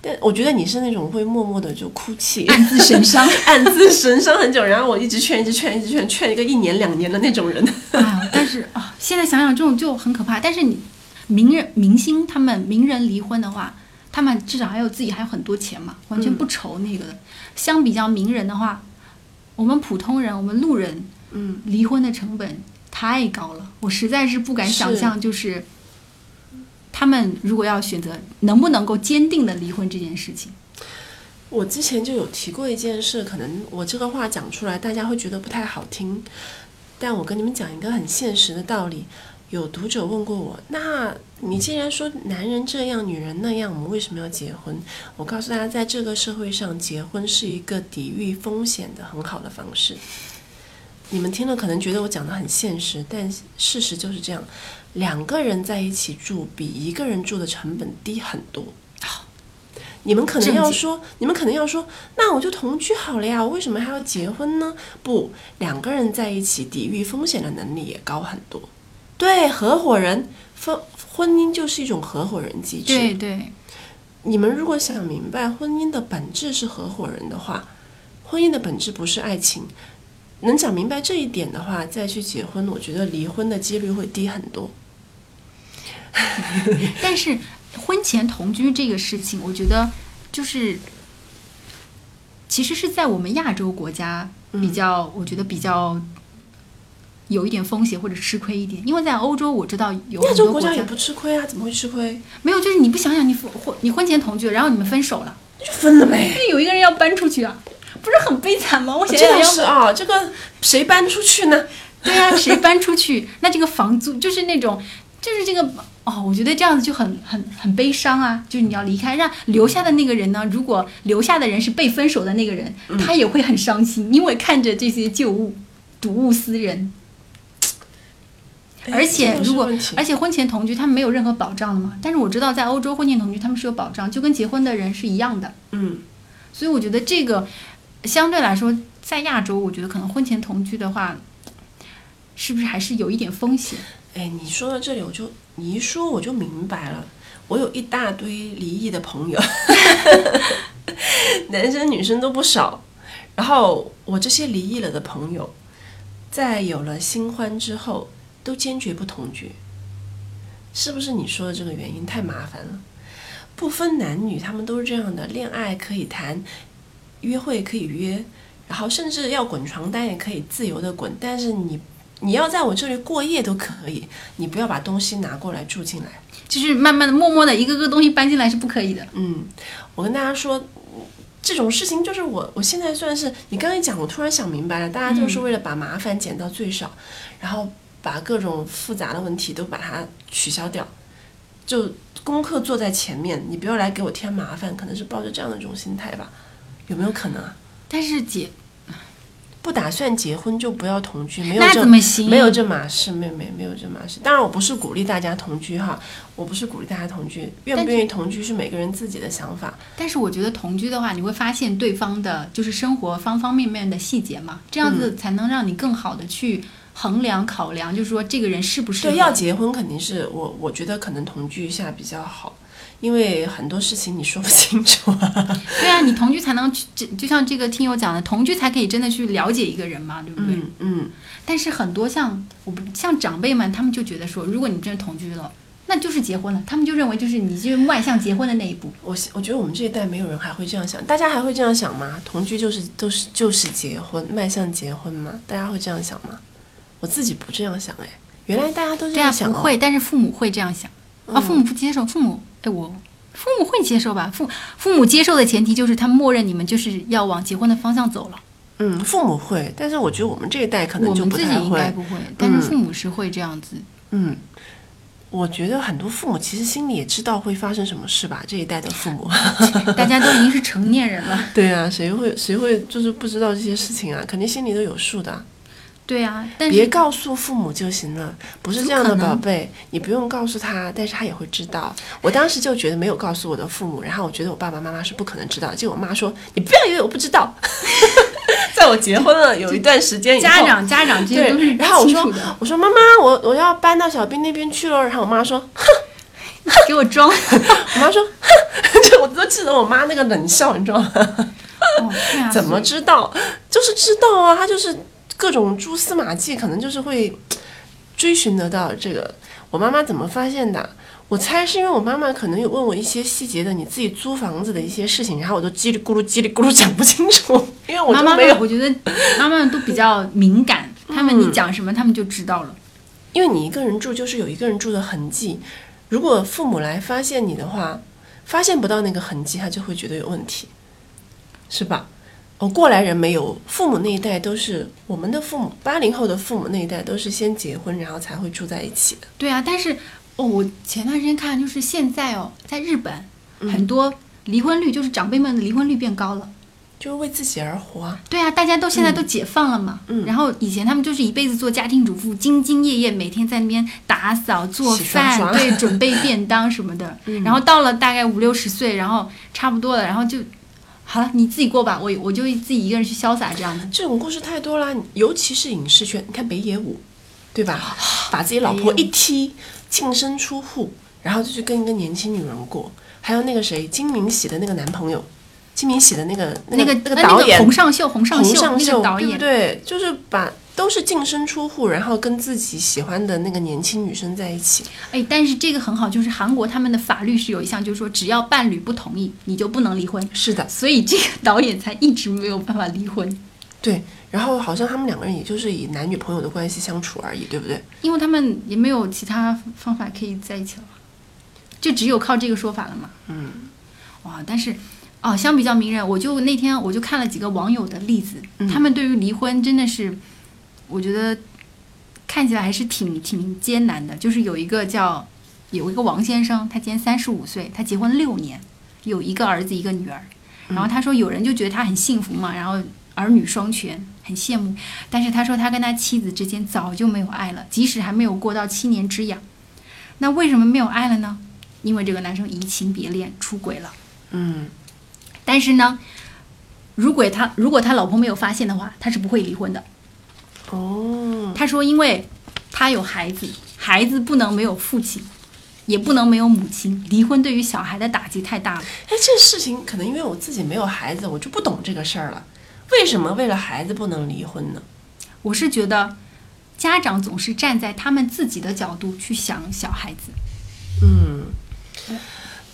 Speaker 3: 但我觉得你是那种会默默的就哭泣，
Speaker 2: 暗自神伤，
Speaker 3: 暗自神伤很久，然后我一直劝，一直劝，一直劝，劝一个一年两年的那种人。 (laughs)
Speaker 2: (laughs) 啊，但是啊，现在想想这种就很可怕。但是你名人、明星他们名人离婚的话，他们至少还有自己还有很多钱嘛，完全不
Speaker 3: 嗯
Speaker 2: 愁那个的。相比较名人的话，我们普通人、我们路人
Speaker 3: 嗯，
Speaker 2: 离婚的成本太高了，我实在是不敢想
Speaker 3: 是
Speaker 2: 象，就是他们如果要选择，能不能够坚定的离婚这件事情。
Speaker 3: 我之前就有提过一件事，可能我这个话讲出来，大家会觉得不太好听，但我跟你们讲一个很现实的道理。有读者问过我，那你既然说男人这样，女人那样，我们为什么要结婚？我告诉大家，在这个社会上，结婚是一个抵御风险的很好的方式。你们听了可能觉得我讲的很现实，但事实就是这样。两个人在一起住比一个人住的成本低很多。你们可能要
Speaker 2: 正解
Speaker 3: 说，你们可能要说，那我就同居好了呀，我为什么还要结婚呢？不，两个人在一起抵御风险的能力也高很多。对，合伙人婚婚姻就是一种合伙人机制。
Speaker 2: 对对，
Speaker 3: 你们如果想明白婚姻的本质是合伙人的话，婚姻的本质不是爱情。能讲明白这一点的话，再去结婚，我觉得离婚的几率会低很多。
Speaker 2: 但是婚前同居这个事情，我觉得就是其实是在我们亚洲国家比较，我觉得比较有一点风险或者吃亏一点，因为在欧洲我知道有
Speaker 3: 亚
Speaker 2: 很
Speaker 3: 洲
Speaker 2: 多
Speaker 3: 国
Speaker 2: 家
Speaker 3: 家也不吃亏啊，怎么会吃亏？
Speaker 2: 没有，就是你不想想你婚你婚前同居，然后你们分手了，
Speaker 3: 就分了呗。
Speaker 2: 那有一个人要搬出去啊。不是很悲惨吗？我想
Speaker 3: 真
Speaker 2: 想
Speaker 3: 的
Speaker 2: 要
Speaker 3: 是啊，这个谁搬出去呢？
Speaker 2: 对呀、谁搬出去？ (laughs) 那这个房租就是那种，就是这个哦，我觉得这样子就很很很悲伤啊。就是你要离开，让留下的那个人呢，如果留下的人是被分手的那个人，
Speaker 3: 嗯
Speaker 2: 他也会很伤心，因为看着这些旧物，睹物思人。
Speaker 3: 哎
Speaker 2: 而且
Speaker 3: 这就是
Speaker 2: 如果
Speaker 3: 问题
Speaker 2: 而且婚前同居，他们没有任何保障的嘛。但是我知道在欧洲婚前同居他们是有保障，就跟结婚的人是一样的。
Speaker 3: 嗯，
Speaker 2: 所以我觉得这个相对来说，在亚洲，我觉得可能婚前同居的话，是不是还是有一点风险？
Speaker 3: 哎，你说到这里，我就你一说我就明白了。我有一大堆离异的朋友， (laughs) 男生女生都不少。然后我这些离异了的朋友，在有了新欢之后，都坚决不同居，是不是你说的这个原因太麻烦了？不分男女，他们都是这样的，恋爱可以谈，约会可以约，然后甚至要滚床单也可以自由的滚，但是你你要在我这里过夜都可以，你不要把东西拿过来住进来。
Speaker 2: 就是慢慢的、默默的一个个东西搬进来是不可以的。
Speaker 3: 嗯，我跟大家说，这种事情就是我我现在算是你刚一讲，我突然想明白了，大家就是为了把麻烦减到最少，然后把各种复杂的问题都把它取消掉，就功课做在前面，你不要来给我添麻烦，可能是抱着这样的一种心态吧，有没有可能啊？
Speaker 2: 但是姐，
Speaker 3: 不打算结婚就不要同居，没有
Speaker 2: 那
Speaker 3: 这
Speaker 2: 怎么行？
Speaker 3: 没有这码事，没没没有这码事。当然，我不是鼓励大家同居哈，我不是鼓励大家同居，愿
Speaker 2: 但
Speaker 3: 不
Speaker 2: 是
Speaker 3: 愿意同居是每个人自己的想法。
Speaker 2: 但是我觉得同居的话，你会发现对方的就是生活方方面面的细节嘛，这样子才能让你更好的去衡量、考量，就是说这个人是不是
Speaker 3: 对，要结婚肯定是我，我觉得可能同居一下比较好，因为很多事情你说不清楚
Speaker 2: (laughs)
Speaker 3: 啊。
Speaker 2: 对啊，你同居才能去，这就像这个听友讲的，同居才可以真的去了解一个人嘛，对不对？
Speaker 3: 嗯嗯，
Speaker 2: 但是很多像我不像长辈们，他们就觉得说，如果你真的同居了，那就是结婚了，他们就认为就是你就是迈向结婚的那一步。
Speaker 3: 我我觉得我们这一代没有人还会这样想，大家还会这样想吗？同居就是都是就是结婚，迈向结婚吗？大家会这样想吗？我自己不这样想哎，原来大家都这
Speaker 2: 对啊，
Speaker 3: 样想、
Speaker 2: 不
Speaker 3: 哦。嗯
Speaker 2: 会，但是父母会这样想啊，父母不接受，父母哎我。父母会接受吧？父父母接受的前提就是他默认你们就是要往结婚的方向走了。
Speaker 3: 嗯，父母会，但是我觉得我们这一代可能
Speaker 2: 我
Speaker 3: 就
Speaker 2: 们
Speaker 3: 不
Speaker 2: 自己
Speaker 3: 太
Speaker 2: 应
Speaker 3: 会
Speaker 2: 该。不会，但是父母是会这样子。
Speaker 3: 嗯，我觉得很多父母其实心里也知道会发生什么事吧，这一代的父母。 (laughs)
Speaker 2: 大家都已经是成年人了。
Speaker 3: 对啊，谁会谁会就是不知道这些事情啊？肯定心里都有数的啊。
Speaker 2: 对啊，但
Speaker 3: 别
Speaker 2: 是
Speaker 3: 告诉父母就行了，不是这样的
Speaker 2: 怎么可
Speaker 3: 宝
Speaker 2: 能
Speaker 3: 贝，你不用告诉他，但是他也会知道。我当时就觉得没有告诉我的父母，然后我觉得我爸爸妈妈是不可能知道的。结果我妈说：“你不要以为我不知道。” (laughs) 在我结婚了有一段时间以后，
Speaker 2: 家长家长这些都是
Speaker 3: 对，然后我
Speaker 2: 清楚
Speaker 3: 说
Speaker 2: 的，
Speaker 3: 我说妈妈，我我要搬到小兵那边去了。然后我妈说，
Speaker 2: 给我
Speaker 3: (laughs)
Speaker 2: 装。哦
Speaker 3: 我妈说，哼，就我都记得我妈那个冷笑，你知道吗？
Speaker 2: 哦对啊
Speaker 3: 怎么知道？就是知道啊，她就是各种蛛丝马迹，可能就是会追寻得到这个。我妈妈怎么发现的？我猜是因为我妈妈可能有问我一些细节的你自己租房子的一些事情，然后我都叽里咕噜叽里咕噜讲不清楚，因为我
Speaker 2: 妈
Speaker 3: 都
Speaker 2: 妈
Speaker 3: 没有嗯
Speaker 2: 们，我觉得妈妈们都比较敏感，他们你讲什么，他们就知道了。
Speaker 3: 因为你一个人住就是有一个人住的痕迹，如果父母来发现你的话，发现不到那个痕迹，他就会觉得有问题，是吧？哦，过来人没有，父母那一代都是我们的父母，八零后的父母那一代都是先结婚，然后才会住在一起的。
Speaker 2: 对啊，但是哦，我前段时间看，就是现在哦，在日本、
Speaker 3: 嗯
Speaker 2: 很多离婚率，就是长辈们的离婚率变高了。
Speaker 3: 就是为自己而活啊，
Speaker 2: 对啊，大家都现在都解放了嘛。
Speaker 3: 嗯
Speaker 2: 然后以前他们就是一辈子做家庭主妇，兢兢业业，每天在那边打扫、做
Speaker 3: 洗刷
Speaker 2: 饭，
Speaker 3: 刷嗯
Speaker 2: 对，准备便当什么
Speaker 3: (laughs)
Speaker 2: 的。然后到了大概五六十岁，然后差不多了，然后就好了，你自己过吧，我我就自己一个人去潇洒这样子。
Speaker 3: 这种故事太多啦，尤其是影视圈，你看北野武，对
Speaker 2: 啊
Speaker 3: 吧？把自己老婆一踢，净身出户，然后就去跟一个年轻女人过。还有那个谁，金敏喜的那个男朋友，金敏喜的那个那
Speaker 2: 个呃
Speaker 3: 个
Speaker 2: 那
Speaker 3: 个导演，
Speaker 2: 洪尚秀，洪尚
Speaker 3: 洪
Speaker 2: 秀
Speaker 3: 尚
Speaker 2: 那
Speaker 3: 秀，
Speaker 2: 个导
Speaker 3: 对
Speaker 2: 演
Speaker 3: 不，对？就是把都是净身出户，然后跟自己喜欢的那个年轻女生在一起。
Speaker 2: 哎，但是这个很好，就是韩国他们的法律是有一项，就是说只要伴侣不同意，你就不能离婚，
Speaker 3: 是的，
Speaker 2: 所以这个导演才一直没有办法离婚，
Speaker 3: 对。然后好像他们两个人也就是以男女朋友的关系相处而已，对不对？
Speaker 2: 因为他们也没有其他方法可以在一起了，就只有靠这个说法了嘛。嗯，哇，但是。哦，相比较名人，我就那天我就看了几个网友的例子，
Speaker 3: 嗯
Speaker 2: 他们对于离婚真的是，我觉得看起来还是挺挺艰难的。就是有一个叫有一个王先生，他今年三十五岁，他结婚六年，有一个儿子一个女儿。然后他说，有人就觉得他很幸福嘛，然后儿女双全，很羡慕。但是他说，他跟他妻子之间早就没有爱了，即使还没有过到七年之痒。那为什么没有爱了呢？因为这个男生移情别恋，出轨了。
Speaker 3: 嗯
Speaker 2: 但是呢，如果他如果他老婆没有发现的话，他是不会离婚的。
Speaker 3: 哦，
Speaker 2: 他说，因为他有孩子，孩子不能没有父亲，也不能没有母亲。离婚对于小孩的打击太大了。
Speaker 3: 哎，这事情可能因为我自己没有孩子，我就不懂这个事儿了。为什么为了孩子不能离婚呢？
Speaker 2: 我是觉得，家长总是站在他们自己的角度去想小孩子。
Speaker 3: 嗯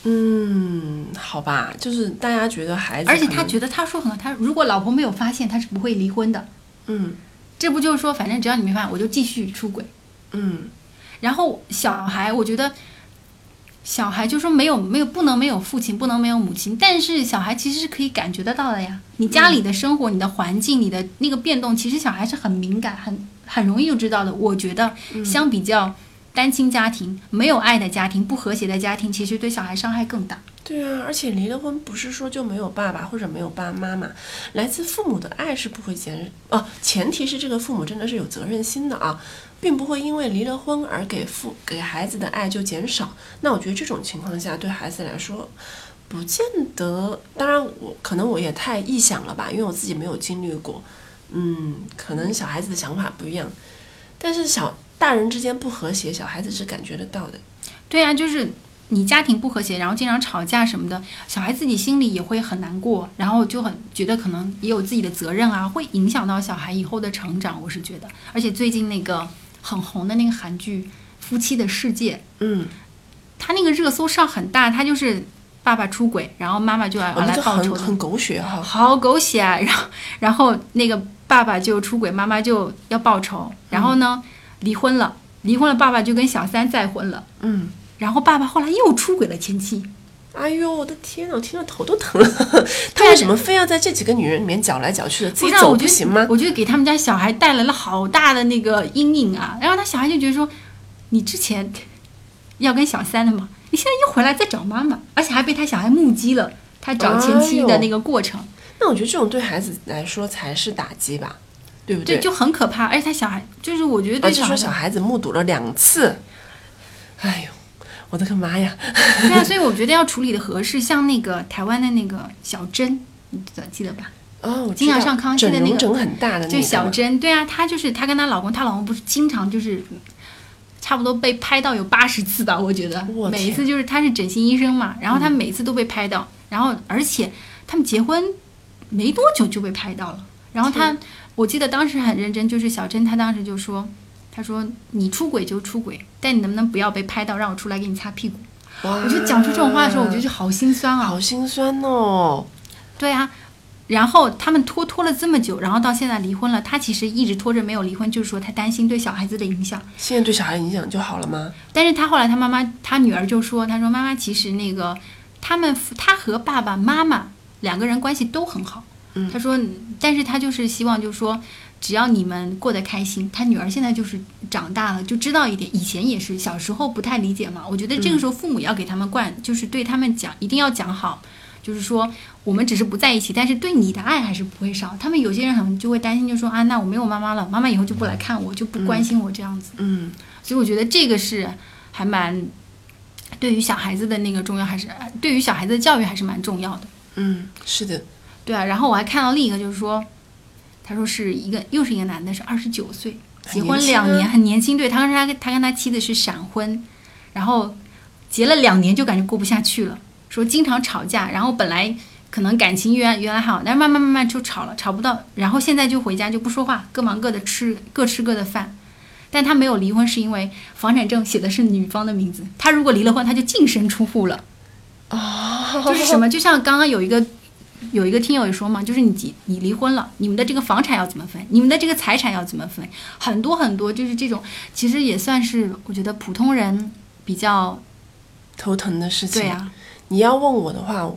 Speaker 3: 嗯，好吧，就是大家觉得孩子可
Speaker 2: 而且
Speaker 3: 能，
Speaker 2: 他觉得，他说很好，他如果老婆没有发现，他是不会离婚的。
Speaker 3: 嗯
Speaker 2: 这不就是说，反正只要你没发现，我就继续出轨。
Speaker 3: 嗯
Speaker 2: 然后小孩，我觉得小孩就说没有没有不能没有父亲，不能没有母亲，但是小孩其实是可以感觉得到的呀。你家里的生活、你的环境、你的那个变动，其实小孩是很敏感、很很容易就知道的。我觉得相比较单亲家庭、没有爱的家庭、不和谐的家庭，其实对小孩伤害更大。
Speaker 3: 对啊，而且离了婚不是说就没有爸爸或者没有爸妈妈，来自父母的爱是不会减哦、前提是这个父母真的是有责任心的啊，并不会因为离了婚而给父给孩子的爱就减少。那我觉得这种情况下对孩子来说，不见得。当然我可能我也太臆想了吧，因为我自己没有经历过，嗯，可能小孩子的想法不一样，但是小大人之间不和谐，小孩子是感觉得到的。
Speaker 2: 对啊，就是你家庭不和谐，然后经常吵架什么的，小孩自己心里也会很难过，然后就很觉得可能也有自己的责任啊，会影响到小孩以后的成长。我是觉得，而且最近那个很红的那个韩剧《夫妻的世界》，
Speaker 3: 嗯，
Speaker 2: 它那个热搜上很大，它就是爸爸出轨，然后妈妈就要
Speaker 3: 我
Speaker 2: 来
Speaker 3: 觉得
Speaker 2: 报
Speaker 3: 哦很
Speaker 2: 仇的
Speaker 3: 很狗血哈、
Speaker 2: 好狗血啊！然后然后那个爸爸就出轨，妈妈就要报仇，然后呢离婚了，离婚了，爸爸就跟小三再婚了。
Speaker 3: 嗯。
Speaker 2: 然后爸爸后来又出轨了前妻，
Speaker 3: 哎呦，我的天呐，我听着头
Speaker 2: (laughs)
Speaker 3: 都疼了。他为什么非要在这几个女人里面搅来搅去的？自己
Speaker 2: 是啊
Speaker 3: 走
Speaker 2: 啊我觉
Speaker 3: 不
Speaker 2: 得
Speaker 3: 行吗？
Speaker 2: 我觉得给他们家小孩带来了好大的那个阴影啊。然后他小孩就觉得说，你之前要跟小三的嘛，你现在又回来再找妈妈，而且还被他小孩目击了他找前妻
Speaker 3: 哎
Speaker 2: 的
Speaker 3: 呦
Speaker 2: 那个过程，
Speaker 3: 那我觉得这种对孩子来说才是打击吧，对不
Speaker 2: 对，
Speaker 3: 对？
Speaker 2: 就很可怕。而且他小孩就是我觉得
Speaker 3: 而
Speaker 2: 对
Speaker 3: 且
Speaker 2: 小
Speaker 3: 说
Speaker 2: 孩，
Speaker 3: 小孩子目睹了两次，哎呦，我的个妈呀！ (laughs)
Speaker 2: 对啊，所以我觉得要处理的合适，像那个台湾的那个小珍，你记得记得吧？
Speaker 3: 哦，我知
Speaker 2: 经常
Speaker 3: 道
Speaker 2: 上康熙的
Speaker 3: 整
Speaker 2: 那
Speaker 3: 容
Speaker 2: 个
Speaker 3: 整很大的那个
Speaker 2: 就
Speaker 3: 嘛，
Speaker 2: 小珍，对啊，她就是她跟她老公，她老公不是经常就是，差不多被拍到有八十次吧，我觉得
Speaker 3: 我
Speaker 2: 每
Speaker 3: 天嗯
Speaker 2: 一次就是她是整形医生嘛，然后她每次都被拍到，然后而且他们结婚没多久就被拍到了，然后她我记得当时很认真，就是小珍她当时就说，她说你出轨就出轨，但你能不能不要被拍到，让我出来给你擦屁股？
Speaker 3: 哇
Speaker 2: 我就讲出这种话的时候，我就觉得好心酸啊，
Speaker 3: 好心酸哦。
Speaker 2: 对啊，然后他们拖拖了这么久，然后到现在离婚了。他其实一直拖着没有离婚，就是说他担心对小孩子的影响。
Speaker 3: 现在对小孩影响就好了吗？
Speaker 2: 但是他后来他妈妈，他女儿就说，他说妈妈其实那个他们他和爸爸妈妈两个人关系都很好。
Speaker 3: 嗯
Speaker 2: 他说，但是他就是希望，就是说，只要你们过得开心。他女儿现在就是长大了，就知道一点。以前也是小时候不太理解嘛。我觉得这个时候父母要给他们灌，就是对他们讲，一定要讲好，就是说我们只是不在一起，但是对你的爱还是不会少。他们有些人可能就会担心，就说啊，那我没有妈妈了，妈妈以后就不来看我，就不关心我这样子。
Speaker 3: 嗯，
Speaker 2: 所以我觉得这个是还蛮对于小孩子的那个重要，还是对于小孩子的教育还是蛮重要的。
Speaker 3: 嗯，是的，
Speaker 2: 对啊，然后我还看到另一个，就是说，他说是一个又是一个男的，是二十九岁，
Speaker 3: 很
Speaker 2: 结
Speaker 3: 年
Speaker 2: 婚
Speaker 3: 轻
Speaker 2: 两
Speaker 3: 啊 (laughs)
Speaker 2: 年，很年轻。对他跟他他跟他妻子是闪婚，然后结了两年就感觉过不下去了，说经常吵架，然后本来。可能感情原原来好，但是慢慢慢慢就吵了，吵不到，然后现在就回家就不说话，各忙各的吃，各吃各的饭。但他没有离婚，是因为房产证写的是女方的名字，他如果离了婚，他就净身出户了。
Speaker 3: 哦，
Speaker 2: 就是什么？就像刚刚有一个有一个听友也说嘛，就是你结你离婚了，你们的这个房产要怎么分？你们的这个财产要怎么分？很多很多，就是这种，其实也算是我觉得普通人比较
Speaker 3: 头疼的事情。
Speaker 2: 对啊，
Speaker 3: 你要问我的话，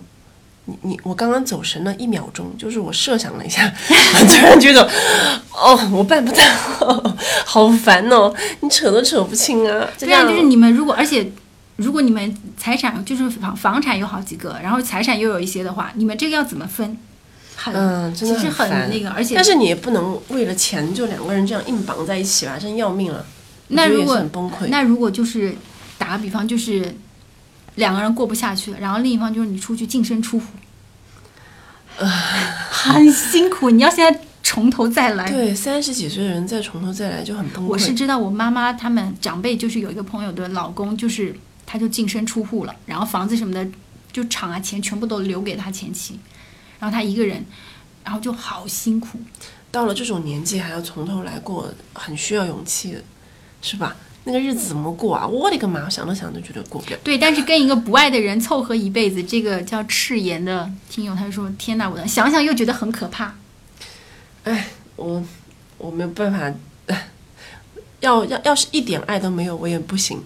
Speaker 3: 你你我刚刚走神了一秒钟，就是我设想了一下， (laughs) 突然觉得，哦，我办不到，好烦哦，你扯都扯不清啊。这
Speaker 2: 对啊，
Speaker 3: 样
Speaker 2: 就是你们如果而且。如果你们财产就是房房产有好几个，然后财产又有一些的话，你们这个要怎么分？很，
Speaker 3: 嗯，真的
Speaker 2: 其实
Speaker 3: 很烦
Speaker 2: 那个，而且
Speaker 3: 但是你也不能为了钱就两个人这样硬绑在一起吧，真要命了。
Speaker 2: 那
Speaker 3: 我觉得
Speaker 2: 如
Speaker 3: 也是
Speaker 2: 果
Speaker 3: 很崩溃，
Speaker 2: 那如果就是打个比方，就是两个人过不下去了，然后另一方就是你出去净身出户，很辛苦，你要现在从头再来。
Speaker 3: 对三十几岁的人再从头再来就很崩溃。
Speaker 2: 我是知道我妈妈他们长辈就是有一个朋友的老公，就是他就净身出户了，然后房子什么的就厂啊钱全部都留给他前妻，然后他一个人，然后就好辛苦。
Speaker 3: 到了这种年纪还要从头来过，很需要勇气的，是吧？那个日子怎么过啊？我的个妈！我想都想都觉得过不了。
Speaker 2: 对，但是跟一个不爱的人凑合一辈子，这个叫赤言的听友他说：“天哪，我的想想又觉得很可怕。”
Speaker 3: 哎，我我没有办法， (laughs) 要要要是一点爱都没有，我也不行。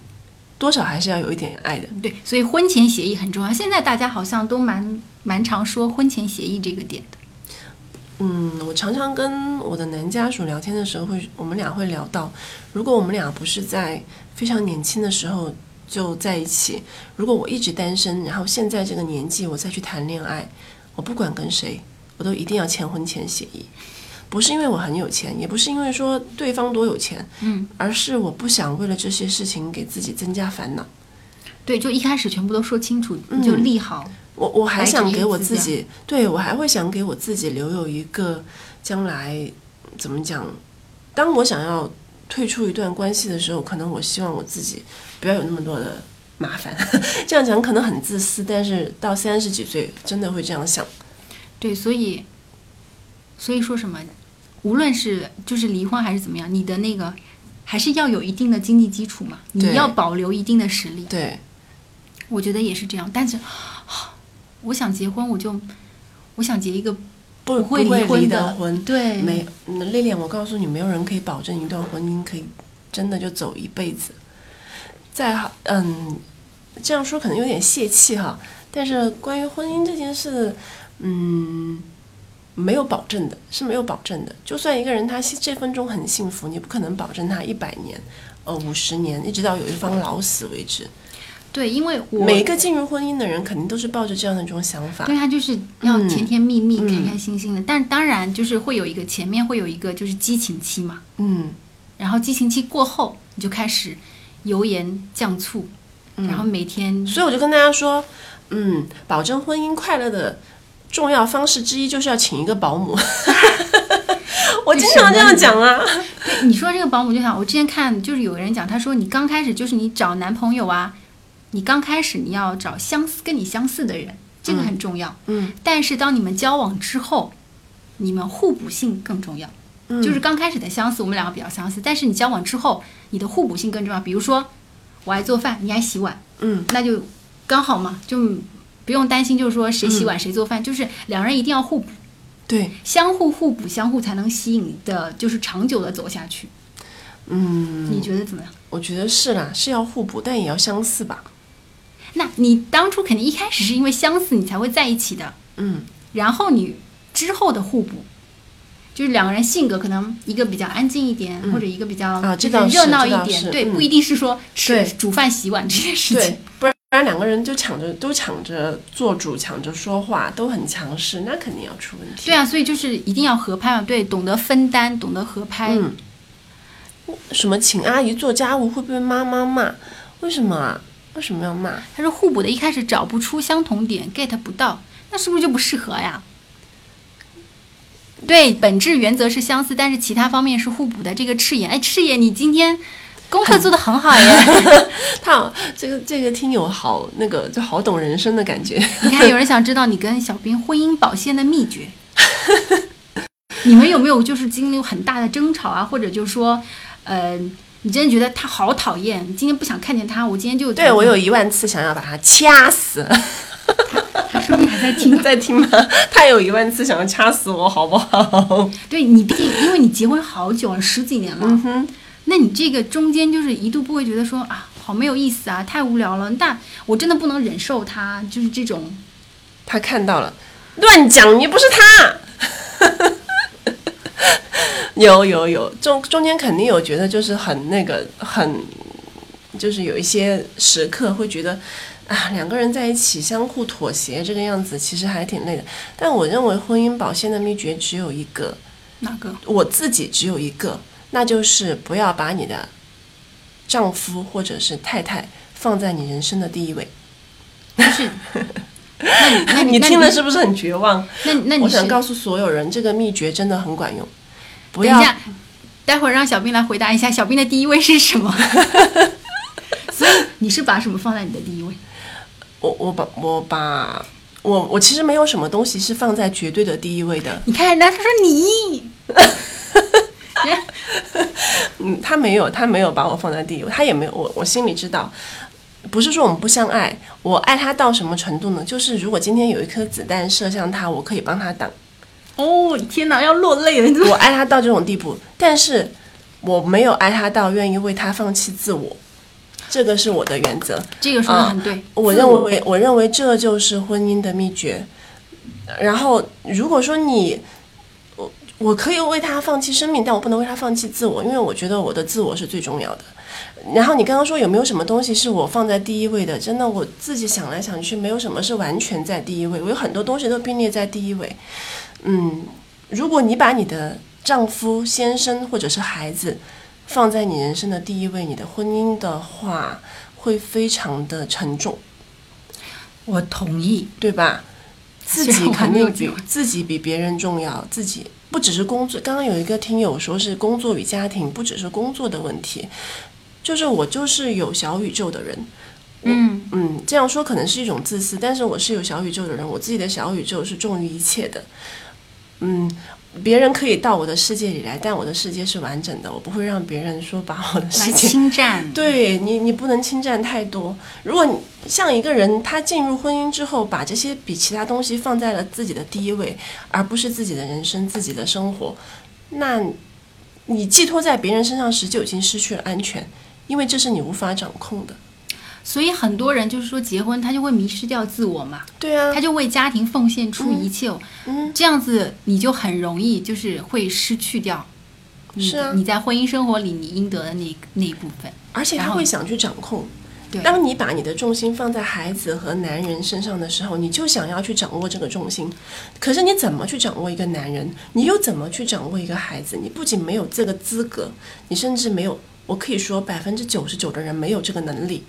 Speaker 3: 多少还是要有一点爱的。
Speaker 2: 对，所以婚前协议很重要。现在大家好像都蛮蛮常说婚前协议这个点的。
Speaker 3: 嗯，我常常跟我的男家属聊天的时候会，我们俩会聊到，如果我们俩不是在非常年轻的时候就在一起，如果我一直单身，然后现在这个年纪我再去谈恋爱，我不管跟谁，我都一定要签婚前协议。不是因为我很有钱，也不是因为说对方多有钱，
Speaker 2: 嗯，
Speaker 3: 而是我不想为了这些事情给自己增加烦恼。
Speaker 2: 对，就一开始全部都说清楚，
Speaker 3: 嗯
Speaker 2: 就利好。
Speaker 3: 我我还想给我自
Speaker 2: 白纸
Speaker 3: 己，对我还会想给我自己留有一个将来怎么讲？当我想要退出一段关系的时候，可能我希望我自己不要有那么多的麻烦。 (laughs) 这样讲可能很自私，但是到三十几岁真的会这样想。
Speaker 2: 对，所以所以说什么，无论是就是离婚还是怎么样，你的那个还是要有一定的经济基础嘛，你
Speaker 3: 对
Speaker 2: 要保留一定的实力。
Speaker 3: 对，
Speaker 2: 我觉得也是这样，但是啊我想结婚，我就我想结一个
Speaker 3: 不
Speaker 2: 会
Speaker 3: 不会
Speaker 2: 离婚
Speaker 3: 的
Speaker 2: 的
Speaker 3: 婚，
Speaker 2: 对
Speaker 3: 没嗯丽莲，我告诉你，没有人可以保证一段婚姻可以真的就走一辈子。再好，嗯，这样说可能有点泄气哈，但是关于婚姻这件事，嗯，没有保证的，是没有保证的。就算一个人他幸这分钟很幸福，你不可能保证他一百年，呃，五十年，一直到有一方老死为止。
Speaker 2: 对，因为我
Speaker 3: 每一个进入婚姻的人，肯定都是抱着这样的一种想法。
Speaker 2: 对他就是要
Speaker 3: 嗯
Speaker 2: 甜甜蜜蜜、
Speaker 3: 嗯
Speaker 2: 开开心心的。但当然就是会有一个前面会有一个就是激情期嘛，
Speaker 3: 嗯，
Speaker 2: 然后激情期过后你就开始油盐酱醋，
Speaker 3: 嗯
Speaker 2: 然后每天
Speaker 3: 所以我就跟大家说，嗯，保证婚姻快乐的重要方式之一就是要请一个保姆。 (laughs) 我经常这样讲啊，
Speaker 2: 对你说这个保姆就想，我之前看就是有人讲，他说你刚开始就是你找男朋友啊，你刚开始你要找相似跟你相似的人，这个很重要。
Speaker 3: 嗯，
Speaker 2: 但是当你们交往之后，你们互补性更重要。
Speaker 3: 嗯
Speaker 2: 就是刚开始的相似，我们两个比较相似，但是你交往之后，你的互补性更重要。比如说，我爱做饭，你爱洗碗，
Speaker 3: 嗯，
Speaker 2: 那就刚好嘛，就不用担心，就是说谁
Speaker 3: 嗯
Speaker 2: 洗碗谁做饭，就是两人一定要互补，
Speaker 3: 对，
Speaker 2: 相互互补，相互才能吸引的，就是长久的走下去。
Speaker 3: 嗯，
Speaker 2: 你觉得怎么样？
Speaker 3: 我觉得是啦，是要互补，但也要相似吧。
Speaker 2: 那你当初肯定一开始是因为相似你才会在一起的，
Speaker 3: 嗯，
Speaker 2: 然后你之后的互补，就是两个人性格可能一个比较安静一点，或者一个比较
Speaker 3: 啊这
Speaker 2: 就
Speaker 3: 倒
Speaker 2: 是
Speaker 3: 是
Speaker 2: 热闹一
Speaker 3: 这倒
Speaker 2: 点，
Speaker 3: 是
Speaker 2: 对，
Speaker 3: 嗯
Speaker 2: 不一定是说吃
Speaker 3: 对
Speaker 2: 煮饭洗碗这件事情
Speaker 3: 对。，不然不然两个人就抢着都抢着做主，抢着说话，都很强势，那肯定要出问题。
Speaker 2: 对啊，所以就是一定要合拍嘛，对，懂得分担，懂得合拍。
Speaker 3: 嗯，什么请阿姨做家务会被妈妈骂，为什么啊？为什么要骂？
Speaker 2: 他说互补的，一开始找不出相同点，get 不到，那是不是就不适合呀？对，本质原则是相似，但是其他方面是互补的。这个赤眼，哎，赤眼，你今天功
Speaker 3: (laughs)
Speaker 2: 课做得很好耶！
Speaker 3: 他好这个这个听友好那个就好懂人生的感觉。
Speaker 2: 你看，有人想知道你跟小兵婚姻保鲜的秘诀， (laughs) 你们有没有就是经历很大的争吵啊，或者就说，呃，你真的觉得他好讨厌，你今天不想看见他，我今天就
Speaker 3: (laughs) 对我有一万次想要把他掐 (laughs) 死，
Speaker 2: 他说不定还在
Speaker 3: (laughs)
Speaker 2: 听
Speaker 3: 你在听吗？他有一万次想要掐死我，好不好？ (laughs)
Speaker 2: 对你毕竟，因为你结婚好久了，十几年了，
Speaker 3: 嗯哼，
Speaker 2: 那你这个中间就是一度不会觉得说啊，好没有意思啊，太无聊了。但我真的不能忍受他就是这种
Speaker 3: 他看到了，乱讲，你不是他。 (laughs) 有有有，中中间肯定有觉得就是很那个很，就是有一些时刻会觉得啊，两个人在一起相互妥协这个样子，其实还挺累的。但我认为婚姻保鲜的秘诀只有一个，
Speaker 2: 哪个？
Speaker 3: 我自己只有一个，那就是不要把你的丈夫或者是太太放在你人生的第一位。
Speaker 2: 是，那你那
Speaker 3: (laughs) 你
Speaker 2: 那
Speaker 3: 听了是不是很绝望？
Speaker 2: 那你那你
Speaker 3: 我
Speaker 2: 是
Speaker 3: 想告诉所有人，这个秘诀真的很管用。不
Speaker 2: 等一
Speaker 3: 要
Speaker 2: 下，待会儿让小兵来回答一下，小兵的第一位是什
Speaker 3: (laughs)
Speaker 2: 么？所以你是把什么放在你的第一位？
Speaker 3: 我我把我把我我其实没有什么东西是放在绝对的第一位的。
Speaker 2: 你看人家，他说
Speaker 3: (laughs)
Speaker 2: 你，哎人家
Speaker 3: 嗯，他没有，他没有把我放在第一位，他也没有我我心里知道。不是说我们不相爱，我爱他到什么程度呢？就是如果今天有一颗子弹射向他，我可以帮他挡。
Speaker 2: 哦，天哪，要落泪了！你怎
Speaker 3: 我
Speaker 2: 么？
Speaker 3: 爱他到这种地步，但是我没有爱他到愿意为他放弃自我，这个是我的原则。
Speaker 2: 这个说的很对，
Speaker 3: 我
Speaker 2: 自
Speaker 3: 认为，我认为这就是婚姻的秘诀。然后，如果说你，我我可以为他放弃生命，但我不能为他放弃自我，因为我觉得我的自我是最重要的。然后你刚刚说有没有什么东西是我放在第一位的？真的，我自己想来想去，没有什么是完全在第一位，我有很多东西都并列在第一位。嗯，如果你把你的丈夫、先生或者是孩子放在你人生的第一位，你的婚姻的话，会非常的沉重。
Speaker 2: 我同意。
Speaker 3: 对吧？自
Speaker 2: 虽然
Speaker 3: 己
Speaker 2: 我还
Speaker 3: 肯
Speaker 2: 没有
Speaker 3: 定
Speaker 2: 结
Speaker 3: 比
Speaker 2: 婚
Speaker 3: 自己比别人重要，自己不只是工作。刚刚有一个听友说是工作与家庭，不只是工作的问题，就是我就是有小宇宙的人。
Speaker 2: 嗯，
Speaker 3: 嗯，这样说可能是一种自私，但是我是有小宇宙的人，我自己的小宇宙是重于一切的。嗯，别人可以到我的世界里来，但我的世界是完整的，我不会让别人说把我的
Speaker 2: 来
Speaker 3: 世界
Speaker 2: 侵占，
Speaker 3: 对你，你不能侵占太多。如果你像一个人，他进入婚姻之后，把这些比其他东西放在了自己的第一位，而不是自己的人生、自己的生活，那你寄托在别人身上时，就已经失去了安全，因为这是你无法掌控的。
Speaker 2: 所以很多人就是说结婚，他就会迷失掉自我嘛，
Speaker 3: 对啊
Speaker 2: 他，就为家庭奉献出一切哦，
Speaker 3: 嗯，
Speaker 2: 这样子你就很容易就是会失去掉你。
Speaker 3: 是啊
Speaker 2: 你在婚姻生活里你应得的那那一部分，
Speaker 3: 而且
Speaker 2: 然
Speaker 3: 他
Speaker 2: 后
Speaker 3: 会想去掌控。
Speaker 2: 对，
Speaker 3: 当你把你的重心放在孩子和男人身上的时候，你就想要去掌握这个重心。可是你怎么去掌握一个男人？你又怎么去掌握一个孩子？你不仅没有这个资格，你甚至没有，我可以说百分之九十九的人没有这个能力。